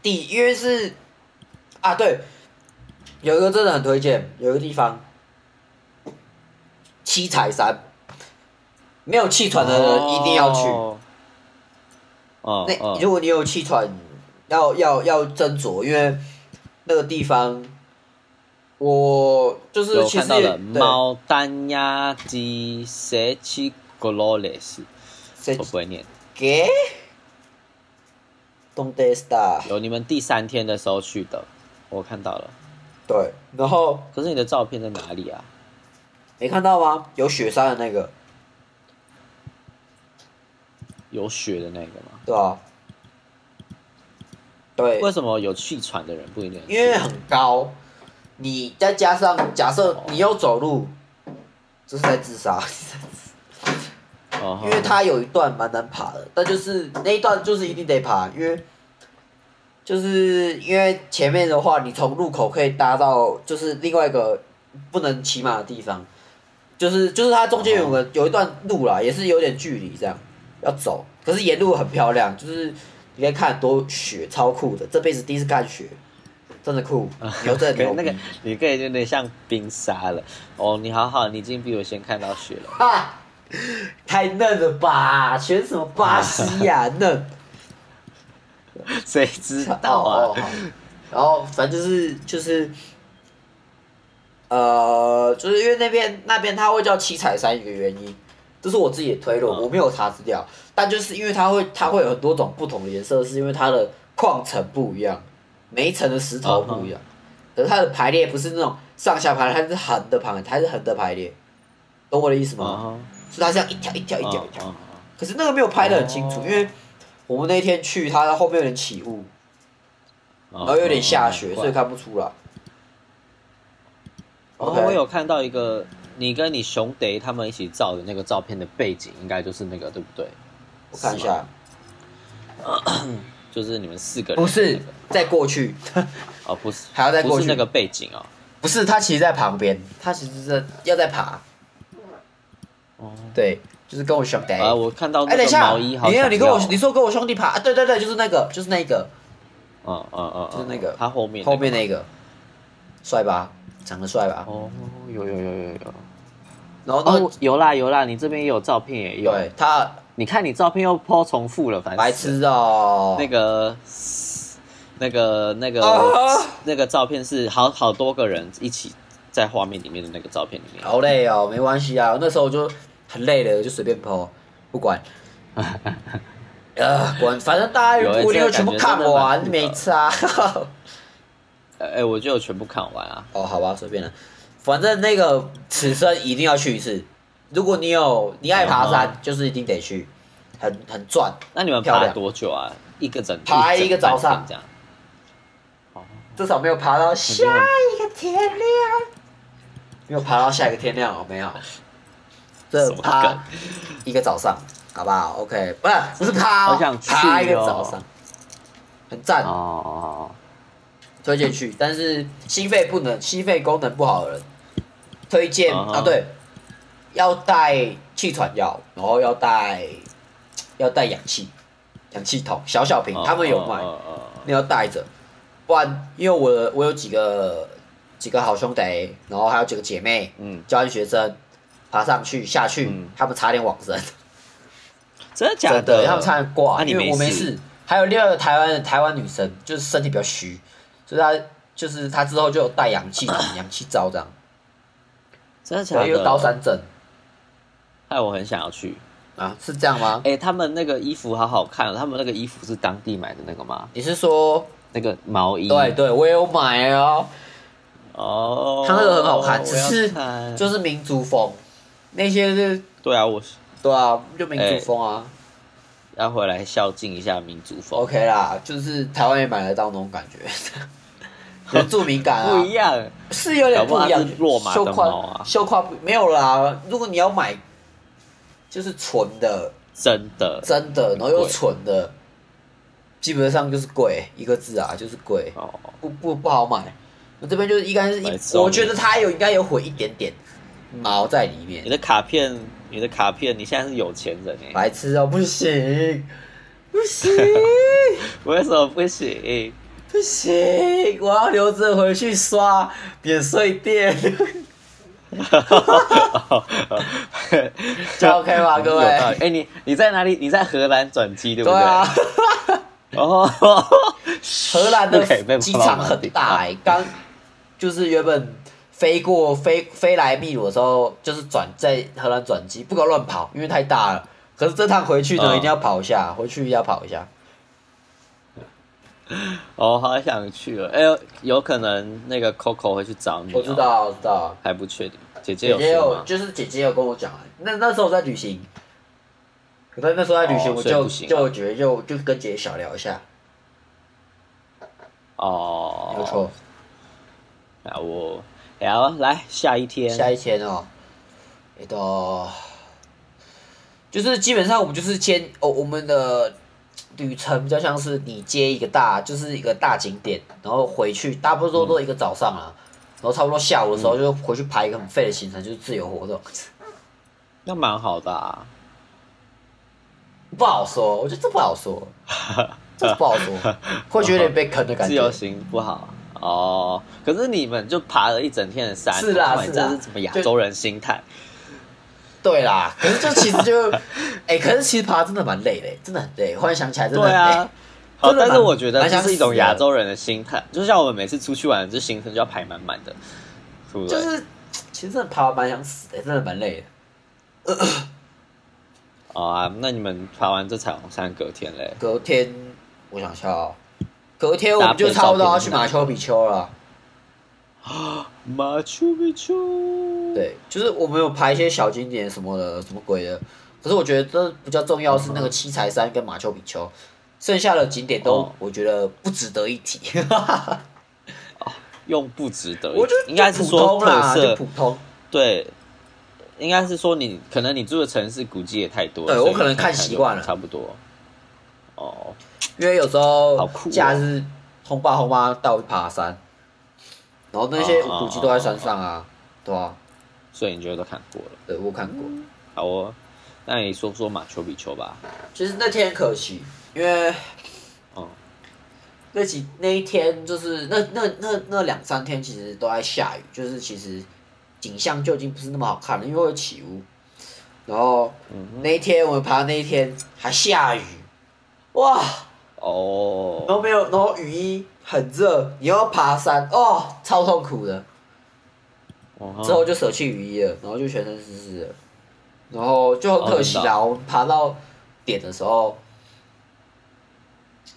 Speaker 1: 地，因为是啊，对，有一个真的很推荐，有一个地方七彩山，没有气喘的人一定要去。
Speaker 2: 哦，哦
Speaker 1: 那
Speaker 2: 哦
Speaker 1: 如果你有气喘，要要要斟酌，因为那个地方，我就是
Speaker 2: 有
Speaker 1: 其
Speaker 2: 看
Speaker 1: 实
Speaker 2: 到
Speaker 1: 也
Speaker 2: 了
Speaker 1: 对
Speaker 2: 猫丹鸭鸡蛇七 colores，
Speaker 1: 谁
Speaker 2: 我不会念。
Speaker 1: 给东德 star
Speaker 2: 有你们第三天的时候去的，我看到了。
Speaker 1: 对，然后。
Speaker 2: 可是你的照片在哪里啊？
Speaker 1: 没看到吗？有雪山的那个，
Speaker 2: 有雪的那个吗？
Speaker 1: 对吧、对，
Speaker 2: 为什么有气喘的人不一定？
Speaker 1: 因为很高，你再加上假设你又走路，这是在自杀，
Speaker 2: 哦
Speaker 1: 因为它有一段蛮难爬的，但就是那一段就是一定得爬，因为就是因为前面的话，你从入口可以搭到就是另外一个不能骑马的地方，就是就是它中间有
Speaker 2: 哦
Speaker 1: 个有一段路啦，也是有点距离这样要走，可是沿路很漂亮，就是你可以看很多雪，超酷的，这辈子第一次看雪，真的 酷，牛真的
Speaker 2: 跟
Speaker 1: 牛
Speaker 2: 那
Speaker 1: 逼
Speaker 2: 个，你个有点像冰沙了。哦，你好好，你已经比我先 看到雪了。
Speaker 1: 哈，太嫩了吧，选什么巴西呀、嫩。
Speaker 2: 谁知道啊
Speaker 1: 哦？哦好 然后反正就是就是，呃，就是因为那边那边它会叫七彩山一个原因，这是我自己的推论，
Speaker 2: 嗯
Speaker 1: 我没有查资料，但就是因为它会它会有很多种不同的颜色，是因为它的矿层不一样，每一层的石头不一
Speaker 2: 嗯
Speaker 1: 样，可是它的排列不是那种上下排列，它是横的排列，它是横的排列，懂我的意思吗？
Speaker 2: 啊，
Speaker 1: 是它像一条一条一条一条，
Speaker 2: 啊
Speaker 1: 可是那个没有拍的很清楚，
Speaker 2: 哦
Speaker 1: 因为我们那天去，它后面有点起雾，
Speaker 2: 啊
Speaker 1: 然后有点下雪，所以
Speaker 2: 看。
Speaker 1: 看不出来。
Speaker 2: 哦，
Speaker 1: OK
Speaker 2: 我有看到一个你跟你熊得他们一起照的那个照片的背景，应该就是那个对不对？
Speaker 1: 我看一下，
Speaker 2: 就是你们四个人
Speaker 1: 不是
Speaker 2: 那个
Speaker 1: 再过去，
Speaker 2: 哦，不是，
Speaker 1: 还要再过
Speaker 2: 不
Speaker 1: 去
Speaker 2: 是那个背景哦。
Speaker 1: 不是，它其实在旁边，它其实在要在爬，
Speaker 2: 哦，
Speaker 1: 对，就是跟我兄弟。
Speaker 2: 啊，我看到
Speaker 1: 哎，
Speaker 2: 那
Speaker 1: 等一
Speaker 2: 个
Speaker 1: 下，
Speaker 2: 毛衣，好
Speaker 1: 你
Speaker 2: 想
Speaker 1: 有你跟我
Speaker 2: 要哦
Speaker 1: 你说跟我兄弟爬，啊对对对，就是那个，就是那个
Speaker 2: 嗯嗯嗯，
Speaker 1: 就是那个
Speaker 2: 他后面那个
Speaker 1: 后面那个，帅吧，长得帅吧。
Speaker 2: 哦，有有有有有
Speaker 1: 然后
Speaker 2: 哦
Speaker 1: 呢，，
Speaker 2: 有啦有啦，你这边也有照片也有，
Speaker 1: 对他
Speaker 2: 你看你照片又 po 重复了，反
Speaker 1: 白
Speaker 2: 正
Speaker 1: 痴哦，
Speaker 2: 那个。那个、那个、
Speaker 1: 啊
Speaker 2: 那个照片是好好多个人一起在画面里面的那个照片里面，
Speaker 1: 好累哦，没关系啊，那时候我就很累了，我就随便抛，不管。 呃，管，反正大
Speaker 2: 有
Speaker 1: 家
Speaker 2: 欸
Speaker 1: 不一定会全部看啊完，
Speaker 2: 这个感觉真的蛮
Speaker 1: 没差。
Speaker 2: 呃哎、我就有全部看完啊。
Speaker 1: 哦，好吧，随便了，反正那个此生一定要去一次。如果你有你爱爬
Speaker 2: 哦
Speaker 1: 山，就是一定得去，很很赚。
Speaker 2: 那你们
Speaker 1: 漂
Speaker 2: 爬
Speaker 1: 亮
Speaker 2: 多久啊？一个整
Speaker 1: 爬一个早上
Speaker 2: 一整半天这样。
Speaker 1: 至少没有爬到下
Speaker 2: 觉得很
Speaker 1: 一个天亮，没有爬到下一个天亮哦，没有。这
Speaker 2: 什么
Speaker 1: 爬
Speaker 2: 梗
Speaker 1: 一个早上，好不好？OK，不是不是爬、
Speaker 2: 好
Speaker 1: 哦
Speaker 2: 想，去哦
Speaker 1: 爬一个早上，很赞，
Speaker 2: 哦，
Speaker 1: 推荐去。但是心肺不能，心肺功能不好的人，推荐、
Speaker 2: 嗯哼
Speaker 1: 啊，对，要带气喘药，然后要带要带氧气，氧气筒小小瓶，嗯他们有卖。
Speaker 2: 哦哦哦
Speaker 1: 你要带着，不然因为我的我有几个几个好兄弟，然后还有几个姐妹，
Speaker 2: 嗯，
Speaker 1: 交换学生爬上去下去，
Speaker 2: 嗯
Speaker 1: 他们差点往生，
Speaker 2: 真的假
Speaker 1: 真的，他们差点挂，
Speaker 2: 啊你
Speaker 1: 因为我
Speaker 2: 没
Speaker 1: 没
Speaker 2: 事
Speaker 1: 事。还有另外一个台湾的台湾女生，就是身体比较虚，所以她就是她之后就有带氧气氧气罩这样，
Speaker 2: 真的假
Speaker 1: 然
Speaker 2: 的？
Speaker 1: 后又高山症
Speaker 2: 害我很想要去。
Speaker 1: 啊，是这样吗？
Speaker 2: 哎、他们那个衣服好好看、哦，他们那个衣服是当地买的那个吗？
Speaker 1: 你是说？
Speaker 2: 那个毛衣。
Speaker 1: 对对，我也有买哦，
Speaker 2: 哦，
Speaker 1: 它那个很好看，
Speaker 2: 我
Speaker 1: 只
Speaker 2: 要
Speaker 1: 是
Speaker 2: 看
Speaker 1: 就是民族风，那些是，
Speaker 2: 对啊，我是
Speaker 1: 对啊，就民族
Speaker 2: 哎
Speaker 1: 风啊。
Speaker 2: 要回来孝敬一下民族风。
Speaker 1: OK 啦，就是台湾也买得到那种感觉，原住民感啊
Speaker 2: 不一，样，
Speaker 1: 是有点不一
Speaker 2: 搞不好
Speaker 1: 样
Speaker 2: 它是。落马的
Speaker 1: 修
Speaker 2: 毛
Speaker 1: 胯
Speaker 2: 啊
Speaker 1: 修胯不没有啦，如果你要买，就是纯的、
Speaker 2: 真的。
Speaker 1: 真的，然后又
Speaker 2: 贵
Speaker 1: 纯的，基本上就是贵一个字啊，就是贵，
Speaker 2: 哦，
Speaker 1: 不不不好买。我这边就是应该是一
Speaker 2: 买，送
Speaker 1: 我觉得它有应该有混一点点毛在里面
Speaker 2: 你，的卡片，你的卡片，你现在是有钱人哎、
Speaker 1: 白痴哦、不行，不 行。
Speaker 2: 为什么不行？
Speaker 1: 不行，我要留着回去刷免税店。 这样 OK 吗，各位？
Speaker 2: 有道理哎、你你在哪里？你在荷兰转机对不
Speaker 1: 对
Speaker 2: 对？
Speaker 1: 啊，
Speaker 2: 哦，
Speaker 1: 荷兰
Speaker 2: 不可以被
Speaker 1: 的机场很大、
Speaker 2: 哎、
Speaker 1: 欸，刚就是原本飞过飞飞来秘鲁的时候，就是转在荷兰转机，不敢乱跑，因为太大了。可是这趟回去呢，
Speaker 2: 嗯
Speaker 1: 一定要跑一下，回去要跑一下。
Speaker 2: 哦，好想去了。哎、呦，有可能那个 Coco 会去找你、
Speaker 1: 我知，道，我知道。
Speaker 2: 还不确定。姐姐
Speaker 1: 姐
Speaker 2: 有
Speaker 1: 姐
Speaker 2: 说
Speaker 1: 有
Speaker 2: 吗，？
Speaker 1: 就是姐姐有跟我讲，啊那那时候我在旅行，可是那时候在旅行，
Speaker 2: 哦
Speaker 1: 我
Speaker 2: 所以
Speaker 1: 就、
Speaker 2: 不行啊
Speaker 1: 就觉得就就跟姐姐小聊一下，
Speaker 2: 哦，
Speaker 1: 没有错。
Speaker 2: 那我，哎好，来下一天，
Speaker 1: 下一天哦，那个就是基本上我们就是先哦，我们的旅程比较像是你接一个大，就是一个大景点，然后回去，大不
Speaker 2: 嗯
Speaker 1: 多都一个早上啦，然后差不多下午的时候就回去排一个很废的行程，就是自由活动，
Speaker 2: 那蛮好的啊。
Speaker 1: 不好说，我觉得这不好说，这不 好说，会觉得有点被坑的感
Speaker 2: 自由
Speaker 1: 觉。
Speaker 2: 行不好哦，可是你们就爬了一整天的山，
Speaker 1: 是啦
Speaker 2: 哇你
Speaker 1: 是啦
Speaker 2: 这是什么亚洲人心态？
Speaker 1: 对啦， 可是就其实就，哎、可是其实爬真的蛮累的，真的很累。忽然想起来，真的
Speaker 2: 对
Speaker 1: 很累。
Speaker 2: 啊，好，
Speaker 1: 真的
Speaker 2: 但是
Speaker 1: 蛮
Speaker 2: 我觉得
Speaker 1: 蛮
Speaker 2: 这
Speaker 1: 想
Speaker 2: 是一种
Speaker 1: 死啊
Speaker 2: 亚
Speaker 1: 的
Speaker 2: 洲人的心态，就像我们每次出去玩，这行程就要排满满的，对不对？
Speaker 1: 就是其实真的爬完蛮想死的，真的蛮累的。
Speaker 2: 好啊，那你们爬完这彩虹山隔天嘞，
Speaker 1: 隔天我想笑、哦，隔天我们就差不多要去马丘比丘了。
Speaker 2: 马丘比丘，，
Speaker 1: 对，就是我们有排一些小景点什么的，什么鬼的。可是我觉得这比较重要是那个七彩山跟马丘比丘，剩下的景点都
Speaker 2: 哦
Speaker 1: 我觉得不值得一 提。
Speaker 2: 用不值得，
Speaker 1: 我觉得
Speaker 2: 应该
Speaker 1: 就
Speaker 2: 是
Speaker 1: 普
Speaker 2: 说
Speaker 1: 通
Speaker 2: 特
Speaker 1: 啦，就
Speaker 2: 色
Speaker 1: 普，通。
Speaker 2: 对，应该是说你可能你住的城市古迹也太多了，
Speaker 1: 对
Speaker 2: 所以
Speaker 1: 我可能
Speaker 2: 你
Speaker 1: 看习惯
Speaker 2: 就
Speaker 1: 了
Speaker 2: 差不多。哦，
Speaker 1: 因为有时
Speaker 2: 好
Speaker 1: 候
Speaker 2: 酷哦
Speaker 1: 假日，轰爸轰妈带我去爬山，然后那些
Speaker 2: 哦哦
Speaker 1: 古迹都在山上啊，对吧、
Speaker 2: 所以你觉得都看过了，
Speaker 1: 对，我看过。
Speaker 2: 好哦，那你说说马丘比丘吧，
Speaker 1: 其实那天很可惜，因为哦
Speaker 2: 嗯，
Speaker 1: 那几那一天就是那那那那两三天其实都在下雨，就是其实景象就已经不是那么好看了，因为会起雾。然后那一天我们爬那一天还下雨，哇！然
Speaker 2: 哦，
Speaker 1: 后没有，然后雨衣很热，你又要爬山，哦，超痛苦的。之后
Speaker 2: 哦
Speaker 1: 就舍弃雨衣了，然后就全身湿湿的，然后就很可
Speaker 2: 哦
Speaker 1: 惜
Speaker 2: 啊
Speaker 1: 啦。我们爬到点的时候，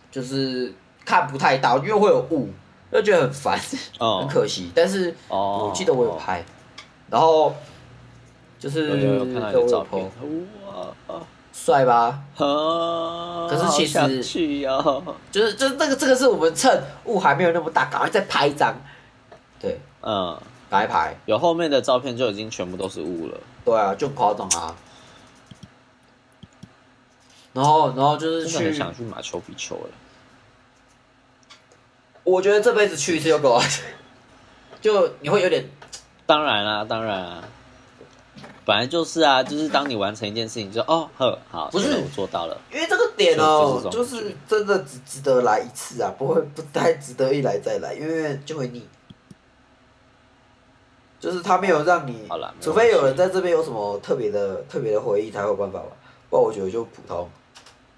Speaker 1: 就是看不太到，因为会有雾，就觉得很烦，
Speaker 2: 哦
Speaker 1: 很可惜。但是
Speaker 2: 哦
Speaker 1: 我记得我有拍，然后就是
Speaker 2: 有有有看
Speaker 1: 对
Speaker 2: 到你
Speaker 1: 我
Speaker 2: 的
Speaker 1: 有
Speaker 2: 照
Speaker 1: po
Speaker 2: 片，哇，啊
Speaker 1: 帅吧？
Speaker 2: 啊！
Speaker 1: 可是其实
Speaker 2: 好想去哦，
Speaker 1: 就是就是那个这个是我们趁雾还没有那么大，赶快再拍一张，对，
Speaker 2: 嗯，
Speaker 1: 赶快拍，
Speaker 2: 有后面的照片就已经全部都是雾了，
Speaker 1: 对啊，就很夸张啊。然后，然后就是
Speaker 2: 真的
Speaker 1: 去
Speaker 2: 很想去马丘比丘了。
Speaker 1: 我觉得这辈子去一次就够了， 就你会有点
Speaker 2: 当然啦、当然啊，本来就是啊，就是当你完成一件事情就，哦呵，好，
Speaker 1: 不是
Speaker 2: 真的我做到了，
Speaker 1: 因为这个点哦、
Speaker 2: 就
Speaker 1: 就是
Speaker 2: 这
Speaker 1: 是
Speaker 2: 种
Speaker 1: 真的只值得来一次啊，不会不太值得一来再来，因为就会腻。就是他没有让你
Speaker 2: 好啦，没
Speaker 1: 除非有
Speaker 2: 关
Speaker 1: 人
Speaker 2: 系
Speaker 1: 在这边有什么特别的、特别的回忆才有办法吧，不然我觉得就普通。
Speaker 2: 哦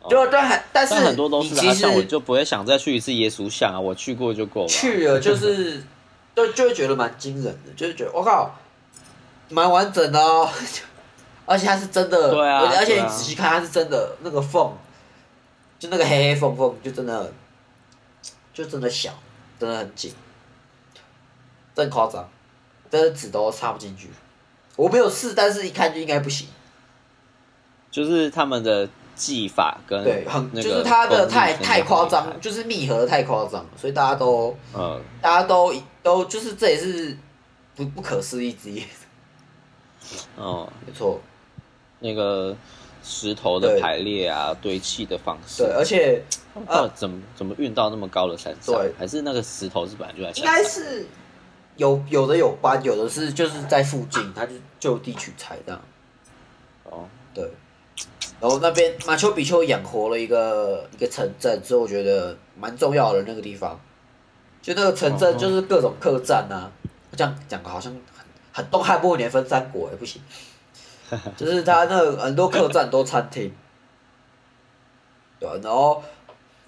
Speaker 1: 就但很但是
Speaker 2: 但很多都是
Speaker 1: 你
Speaker 2: 啊，
Speaker 1: 其实
Speaker 2: 像我就不会想再去一次耶稣像啊，我去过就够了。
Speaker 1: 去 了就是就就会觉得蛮惊人的，就是觉得我靠，蛮完整的哦， 而且它是真的，
Speaker 2: 对啊
Speaker 1: 而且而
Speaker 2: 对
Speaker 1: 且
Speaker 2: 啊
Speaker 1: 你仔细看它是真的那个缝，就那个黑黑缝缝，就真的就真的小，真的很紧，真的夸张，真的纸都插不进去。我没有试，但是一看就应该不行。
Speaker 2: 就是他们的技法跟
Speaker 1: 对，很
Speaker 2: 那个
Speaker 1: 就是它
Speaker 2: 功
Speaker 1: 的
Speaker 2: 力
Speaker 1: 太
Speaker 2: 真的
Speaker 1: 太
Speaker 2: 很
Speaker 1: 夸
Speaker 2: 厉
Speaker 1: 张
Speaker 2: 害，
Speaker 1: 就是密合得太夸张了，所以大家都
Speaker 2: 嗯，
Speaker 1: 大家都都就是这也是不不可思议之一，
Speaker 2: 哦、
Speaker 1: 没错，
Speaker 2: 那个石头的
Speaker 1: 对
Speaker 2: 排列啊，堆砌的方式，
Speaker 1: 对，而且
Speaker 2: 他们到底怎么、怎么运到那么高的山上？
Speaker 1: 对
Speaker 2: 还是那个石头是本来就在
Speaker 1: 应
Speaker 2: 山
Speaker 1: 该
Speaker 2: 上？
Speaker 1: 是有有的有搬，有的是就是在附近，他就就地取材这样，
Speaker 2: 哦，
Speaker 1: 对。然后那边马丘比丘养活了一个一个城镇，所以我觉得蛮重要的那个地方，就那个城
Speaker 2: 嗯
Speaker 1: 镇
Speaker 2: 哼
Speaker 1: 就是各种客栈呐、啊，这样讲好像很很东汉末年分三国欸也、不行，就是他那个很多客栈都餐厅，对啊、然后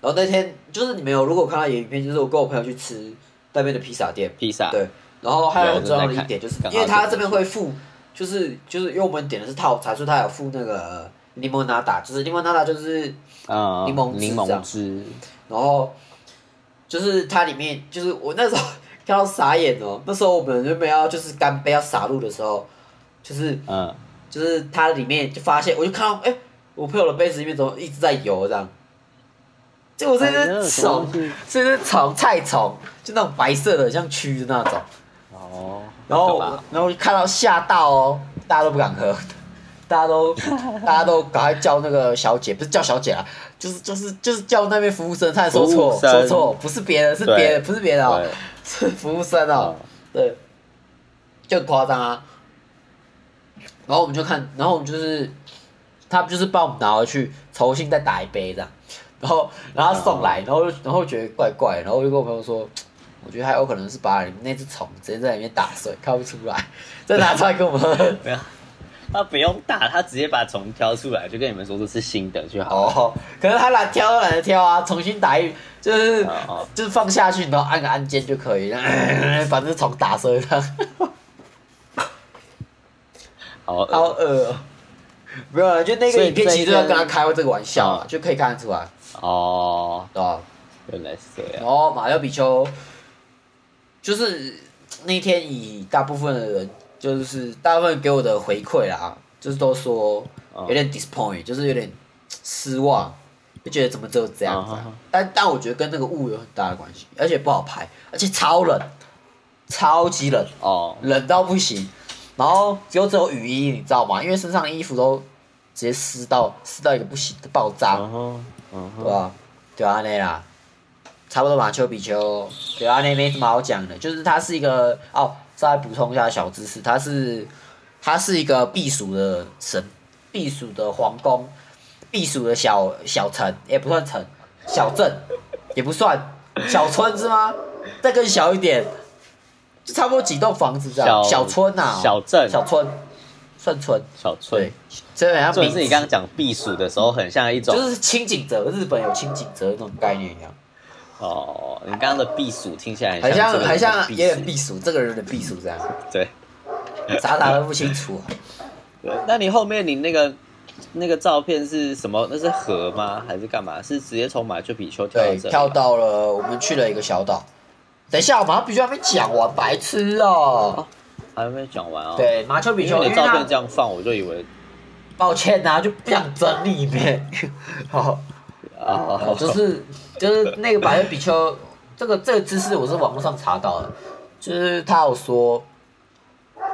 Speaker 1: 然后那天就是你们有如果看到影片，就是我跟我朋友去吃那边的披萨店，
Speaker 2: 披萨，
Speaker 1: 对，然后还有
Speaker 2: 啊对
Speaker 1: 很重要
Speaker 2: 我
Speaker 1: 的
Speaker 2: 正在
Speaker 1: 一
Speaker 2: 看
Speaker 1: 点就是
Speaker 2: 刚，好
Speaker 1: 因为他
Speaker 2: 这个
Speaker 1: 这边会附，就是就是因为我们点的是套餐，所以他有附那个柠檬拿打，就是柠檬拿打就是，
Speaker 2: 啊、
Speaker 1: 柠檬汁
Speaker 2: 柠
Speaker 1: 这
Speaker 2: 檬
Speaker 1: 样
Speaker 2: 汁，
Speaker 1: 然后就是它里面就是我那时候 看到傻眼哦，那时候我们原本要就是干杯要洒入的时候，就是
Speaker 2: 嗯，
Speaker 1: 就是它里面就发现，我就看到哎、我朋友的杯子里面怎么一直在游这样，就我这
Speaker 2: 哎那有
Speaker 1: 只
Speaker 2: 什么
Speaker 1: 虫
Speaker 2: 东西，
Speaker 1: 这只虫菜虫，就那种白色的像蛆的那种。
Speaker 2: 哦，
Speaker 1: 然后
Speaker 2: 好吧
Speaker 1: 然后看到吓到哦，大家都不敢喝， 大家都大家都赶快叫那个小姐，不是叫小姐啊，就是就是就是叫那边服务生，差点说
Speaker 2: 服务
Speaker 1: 错
Speaker 2: 生
Speaker 1: 说错，不是别人是别
Speaker 2: 对
Speaker 1: 人不是别人哦
Speaker 2: 对，
Speaker 1: 是服务生哦
Speaker 2: 哦，
Speaker 1: 对，就很夸张啊。然后我们就看，然后我们就是他们就是帮我们拿回去，重新再打一杯这样，然后然后他送来，然后就然后觉得怪怪，然后我就跟我朋友说，我觉得还有可能是把你们那只虫直接在里面打碎，看不出来，再拿出来给我们喝。
Speaker 2: 没有，他不用打，他直接把虫挑出来，就跟你们说这是新的 就好。
Speaker 4: 哦，可是他懒挑都懒得挑啊，重新打一就是、
Speaker 2: 哦哦
Speaker 4: 就是放下去，然后按个按键就 可以了，把这虫打身上，
Speaker 2: 好恶，
Speaker 4: 好恶、哦。
Speaker 1: 没有啊了，就那
Speaker 4: 所
Speaker 1: 个
Speaker 4: 以
Speaker 1: 影片
Speaker 4: 这一
Speaker 1: 其实要
Speaker 4: 个
Speaker 1: 跟他开过这个玩笑啊，
Speaker 2: 嗯
Speaker 1: 就可以看得出来，
Speaker 2: 哦，
Speaker 1: 对吧？
Speaker 2: 原来是这样
Speaker 1: 然。后马丘比丘就是那天以大部分的人，就是大部分给我的回馈啦，就是都说
Speaker 2: 嗯
Speaker 4: 哦
Speaker 1: 有点 disappoint，就是有点失望，就觉得怎么只有这样子、
Speaker 2: 嗯嗯
Speaker 1: 啊
Speaker 2: 嗯。
Speaker 1: 但但我觉得跟那个雾有很大的关系，而且不好拍，而且超冷，超级冷，
Speaker 2: 哦，
Speaker 1: 冷到不行。然后又只有雨衣，你知道吗？因为身上的衣服都直接湿到湿到一个不行的爆炸。
Speaker 2: 然后，然
Speaker 1: 对
Speaker 2: 后，
Speaker 1: 吧？就安内啦，差不多马丘比丘，对安内没什么好讲的，就是它是一个哦，再补充一下小知识，它是它是一个避暑的神，避暑的皇宫，避暑的小小城，也不算城，小镇也不算小村是吗？再更小一点，就差不多几栋房子这样，
Speaker 2: 小
Speaker 1: 小村呐、
Speaker 2: 小镇
Speaker 1: 小村，算村，
Speaker 2: 小村
Speaker 1: 对。，这很像
Speaker 2: 重
Speaker 1: 名
Speaker 2: 点
Speaker 1: 字
Speaker 2: 是你刚刚讲避暑的时候，很像一种
Speaker 1: 就是清景泽，日本有清景泽那种概念一样。
Speaker 2: 哦，你刚刚的避暑听起来
Speaker 1: 好
Speaker 2: 很
Speaker 1: 像
Speaker 2: 这个
Speaker 1: 好像
Speaker 2: 避
Speaker 1: 有点
Speaker 2: 暑
Speaker 1: 避暑，这个人有点避暑这样，
Speaker 2: 对。
Speaker 1: 啥啥都不清楚、
Speaker 2: 对那你后面你那个那个照片是什么？那是河吗？还是干嘛？是直接从马丘比丘跳到
Speaker 1: 对，
Speaker 2: 这里吗
Speaker 1: 跳到了，我们去了一个小岛。等一下，我马丘比丘还没讲完，白痴哦、
Speaker 2: 还没讲完哦。，
Speaker 1: 对，马丘比
Speaker 2: 因
Speaker 1: 丘
Speaker 2: 为你的照片这
Speaker 1: 样，
Speaker 2: 样放，我就以为
Speaker 1: 抱歉呐、啊，就不想整理呗。 好，
Speaker 2: 啊，
Speaker 1: 哦 就是就是那个马丘比丘，这个这个知识我是网络上查到的，就是他有说，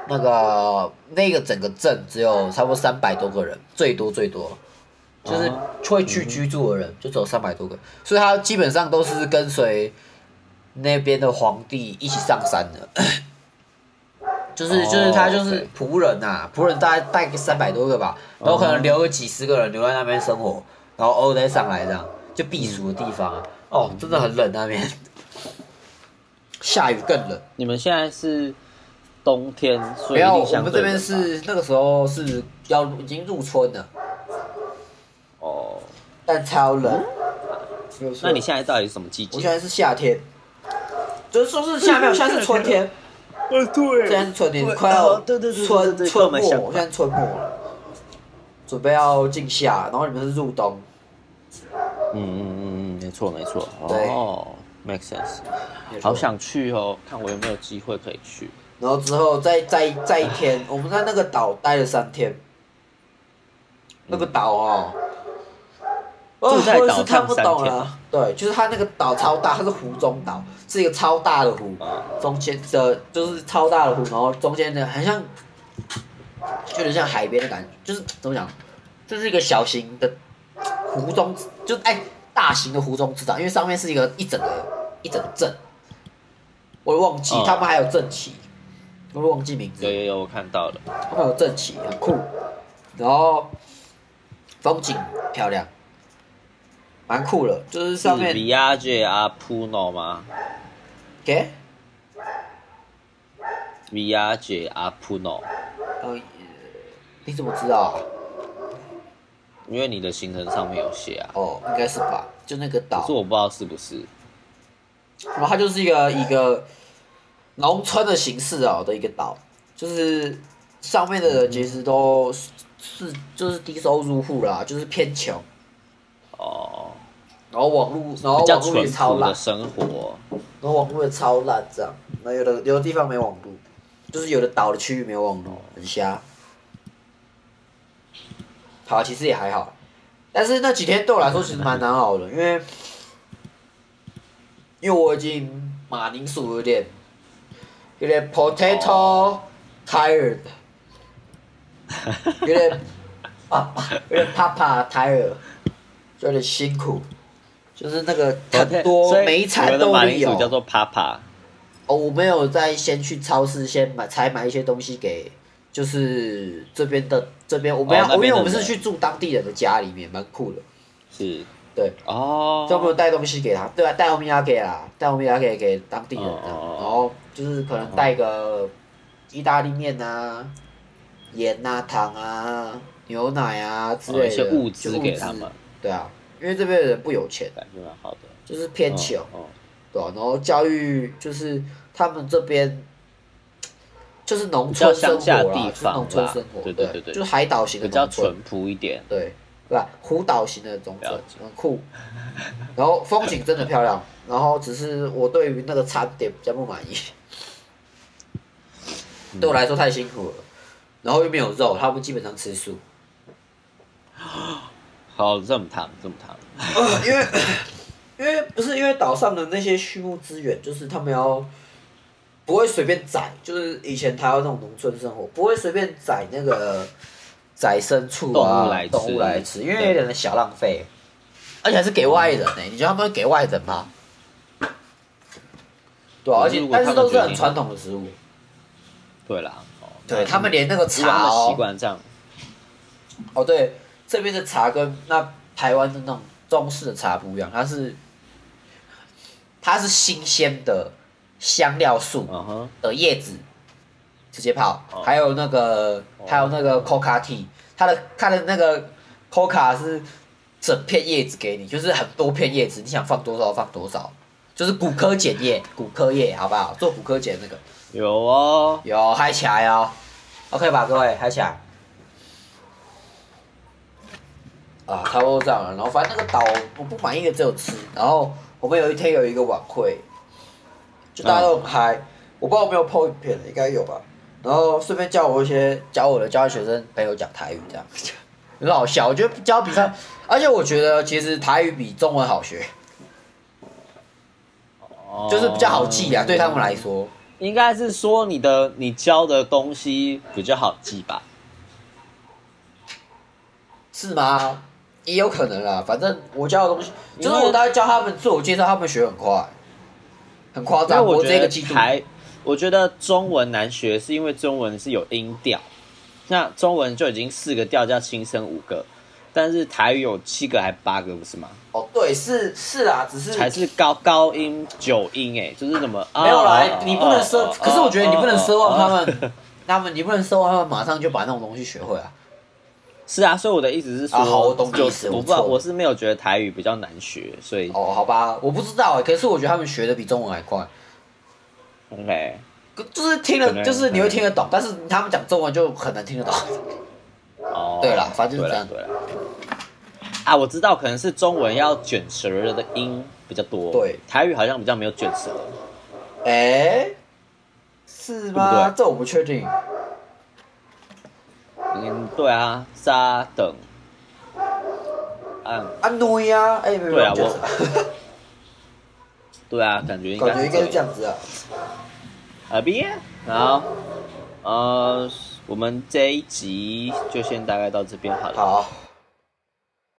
Speaker 1: 那个那个整个镇只有差不多三百多个人，最多最多。就是
Speaker 2: 啊
Speaker 1: 会去居住的人，就只有三百多个，所以他基本上都是跟随那边的皇帝一起上山的， 就是就是他就是仆人呐、仆人
Speaker 2: 哦
Speaker 1: 大概带个三百多个吧，然后可能留个几十个人留在那边生活，然后偶尔再上来这样，就避暑的地方啊。
Speaker 2: 嗯
Speaker 1: 哦，真的很冷那边，下雨更冷。
Speaker 2: 你们现在是冬天，所
Speaker 1: 不
Speaker 2: 以一
Speaker 1: 要，
Speaker 2: 定
Speaker 1: 我
Speaker 2: 相
Speaker 1: 们
Speaker 2: 对
Speaker 1: 这边
Speaker 2: 冷吧
Speaker 1: 是那个时候是要已经入春了，
Speaker 2: 哦。
Speaker 1: 但超冷。没有错
Speaker 2: 嗯那你现在到底是什么季
Speaker 1: 我现
Speaker 2: 节？
Speaker 1: 在是夏天，就是说是夏没有，现在是春天，
Speaker 2: 呃，
Speaker 1: 现在
Speaker 2: 对，
Speaker 1: 是春天，
Speaker 2: 对
Speaker 1: 快要
Speaker 2: 哦对对对对对
Speaker 1: 春
Speaker 2: 对
Speaker 1: 春
Speaker 2: 跟我们相
Speaker 1: 末，我
Speaker 2: 反
Speaker 1: 现在春末了，准备要进夏，然后你们是入冬，
Speaker 2: 嗯嗯嗯嗯，没错没错。
Speaker 1: 对
Speaker 2: 哦，make sense。
Speaker 1: 没错
Speaker 2: 好，想去哦，看我有没有机会可以去。
Speaker 1: 然后之后再再再一天，我们在那个岛待了三天，那个岛哦。哦，
Speaker 2: 嗯住在
Speaker 1: 我也
Speaker 2: 岛
Speaker 1: 是
Speaker 2: 上
Speaker 1: 看不懂
Speaker 2: 三天
Speaker 1: 了。对，就是它那个岛超大，它是湖中岛，是一个超大的湖。
Speaker 2: 啊，
Speaker 1: 中间的，就是超大的湖，然后中间的很像，就有点像海边的感觉，就是怎么讲，就是一个小型的湖中，就哎、大型的湖中之岛，因为上面是一个一整个一整个镇，我忘记、
Speaker 2: 嗯
Speaker 1: 他们还有镇旗，我忘记名字
Speaker 2: 有，有有，我看到了。
Speaker 1: 他们有镇旗，很酷，然后风景漂亮，蛮酷的，就是上
Speaker 2: 是
Speaker 1: 面
Speaker 2: Viaje a Puno 吗
Speaker 1: 给。
Speaker 2: ？Viaje a Puno，
Speaker 1: 呃，你怎么知道、啊？
Speaker 2: 因为你的行程上面有写啊，
Speaker 1: 哦，应该是吧，就那个岛
Speaker 2: 可是，我不知道是不是。
Speaker 1: 然后它就是一个一个农村的形式哦的一个岛，就是上面的人其实都是是就是低收入户啦，就是偏穷，
Speaker 2: 哦，
Speaker 1: 然后网络，然后
Speaker 2: 比较
Speaker 1: 网络
Speaker 2: 淳
Speaker 1: 也超
Speaker 2: 朴
Speaker 1: 烂
Speaker 2: 的，生活。
Speaker 1: 然后网络也超烂这样，那有的有的地方没网络，就是有的岛的区域没有网络，很瞎。好，其实也还好，但是那几天对我来说其实蛮难熬的，因为因为我已经马铃薯有点有点 potato tired，有点爸爸有点怕怕 tired，就有点辛苦，就是那个很多
Speaker 2: 所以
Speaker 1: 每一
Speaker 2: 你
Speaker 1: 餐
Speaker 2: 们的
Speaker 1: 都
Speaker 2: 马
Speaker 1: 会
Speaker 2: 铃
Speaker 1: 有
Speaker 2: 薯。叫做 Papa。
Speaker 1: 哦，我没有在先去超市先买，才买一些东西给，就是这边的这边，我们要、
Speaker 2: 哦那
Speaker 1: 我
Speaker 2: 边哦
Speaker 1: 因为我
Speaker 2: 的
Speaker 1: 们是
Speaker 2: 人
Speaker 1: 去住当地人的家里面，蛮酷的。
Speaker 2: 是
Speaker 1: 对，
Speaker 2: 哦，
Speaker 1: 就没有带东西给他，对啊，带欧米茄给啦，带欧米茄给给当啊地人这样，
Speaker 2: 哦哦哦
Speaker 1: 然后就是可能带个意大利面啊，盐啊、糖啊、牛奶啊之类
Speaker 2: 哦
Speaker 1: 的，
Speaker 2: 一些物资
Speaker 1: 就
Speaker 2: 给他们，
Speaker 1: 对啊，因为这边的人不有钱，
Speaker 2: 感觉蛮好的。
Speaker 1: 就是偏穷，
Speaker 2: 哦，
Speaker 1: 对、啊、然后教育就是他们这边就是农
Speaker 2: 比较
Speaker 1: 村
Speaker 2: 乡
Speaker 1: 生
Speaker 2: 下
Speaker 1: 活
Speaker 2: 地
Speaker 1: 啦，就是
Speaker 2: 方啦
Speaker 1: 农村生活，
Speaker 2: 对对
Speaker 1: 对
Speaker 2: 对对
Speaker 1: 就是海岛型
Speaker 2: 比
Speaker 1: 的
Speaker 2: 较
Speaker 1: 农村
Speaker 2: 淳，朴一点。
Speaker 1: 对，对吧？湖岛型的农村
Speaker 2: 了解
Speaker 1: 很酷，然后风景真的漂 亮，然后只是我对于那个餐点比较不满意，
Speaker 2: 嗯
Speaker 1: 对我来说太辛苦了，然后又没有肉，他们基本上吃素。
Speaker 2: 好，这么烫，这么烫。
Speaker 1: 呃， 因为因为不是因为岛上的那些畜牧资源，就是他们要不会随便宰，就是以前台湾那种农村生活，不会随便宰那个宰牲畜
Speaker 2: 动物
Speaker 1: 啊
Speaker 2: 来，吃
Speaker 1: 动物来吃，因为
Speaker 2: 对
Speaker 1: 有点小浪费，而且还是给外人呢、你觉得他们会给外人吗？对啊、
Speaker 2: 可
Speaker 1: 而
Speaker 2: 是
Speaker 1: 且
Speaker 2: 如果
Speaker 1: 但是
Speaker 2: 他们
Speaker 1: 都是
Speaker 2: 决定
Speaker 1: 很传统的食物，
Speaker 2: 对啦，哦，
Speaker 1: 对他们连那个
Speaker 2: 如果他
Speaker 1: 茶
Speaker 2: 们习
Speaker 1: 哦，
Speaker 2: 惯这样，
Speaker 1: 哦对，这边的茶跟那台湾的那种中式的茶不一样，它是它是新鲜的香料树
Speaker 2: 嗯哼，
Speaker 1: 的叶子直接泡，
Speaker 2: 哦
Speaker 1: 还有那个还有那个 coca tea，它的它的那个 coca 是整片叶子给你，就是很多片叶子，你想放多少放多少，就是骨科碱叶，骨科叶好不好？做骨科碱那个
Speaker 2: 有哦，
Speaker 1: 有嗨起来哦，OK 吧，各位嗨起来。啊，差不多这样了。然后反正那个岛我不满意的只有吃。然后我们有一天有一个晚会，就大家都很嗨、我不知道有没有 PO 影片，应该有吧。然后顺便教我一些教我的交换学生朋友讲台语，这样很好笑。我觉得教比上，而且我觉得其实台语比中文好学，
Speaker 2: 哦
Speaker 1: 就是比较好记啊，对他们来说。
Speaker 2: 应该是说你的你教的东西比较好记吧？
Speaker 1: 是吗？也有可能啦，反正我教的东西，
Speaker 2: 因
Speaker 1: 就
Speaker 2: 为
Speaker 1: 是我大概教他们自我介绍，他们学很快，很夸
Speaker 2: 因为
Speaker 1: 张。我
Speaker 2: 觉
Speaker 1: 这
Speaker 2: 得
Speaker 1: 个季度，
Speaker 2: 台，我觉得中文难学是因为中文是有音调，那中文就已经四个调叫轻声五个，但是台语有七个还八个不是吗？
Speaker 1: 哦，对，是是啦，只是
Speaker 2: 还是高高音九音哎、就是怎么啊
Speaker 1: 没有啦
Speaker 2: 啊，
Speaker 1: 你不能奢
Speaker 2: 啊，
Speaker 1: 可是我觉得你不能奢望他
Speaker 2: 啊啊
Speaker 1: 们，他们你不能奢望他们马上就把那种东西学会啊。
Speaker 2: 是啊，所以我的意思是说，
Speaker 1: 啊好我懂你
Speaker 2: 就
Speaker 1: 意
Speaker 2: 是
Speaker 1: 思
Speaker 2: 我
Speaker 1: 我
Speaker 2: 不知道，
Speaker 1: 错了
Speaker 2: 我是没有觉得台语比较难学，所以、
Speaker 1: 哦，好吧，我不知道欸可是我觉得他们学的比中文还快，
Speaker 2: OK，
Speaker 1: 可就是听
Speaker 2: 可能
Speaker 1: 了就是你会听得懂，但是他们讲中文就很难听得 懂。
Speaker 2: 哦，
Speaker 1: 对啦反正就是
Speaker 2: 对
Speaker 1: 这
Speaker 2: 啦
Speaker 1: 样
Speaker 2: 对啦。啊，我知道，可能是中文要卷舌的音比较多，
Speaker 1: 对，
Speaker 2: 台语好像比较没有卷舌。
Speaker 1: 哎、是
Speaker 2: 对不
Speaker 1: 吗
Speaker 2: 对？
Speaker 1: 这我不确定。
Speaker 2: 嗯，对啊，沙等，嗯，
Speaker 1: 啊，对呀、哎、没有
Speaker 2: 对啊
Speaker 1: 这样
Speaker 2: 我
Speaker 1: 子
Speaker 2: 对啊，感觉应该
Speaker 1: 感觉应该是这样
Speaker 2: 子。
Speaker 1: 子啊。
Speaker 2: 啊，毕业，好，呃，我们这一集就先大概到这边好了。
Speaker 1: 好。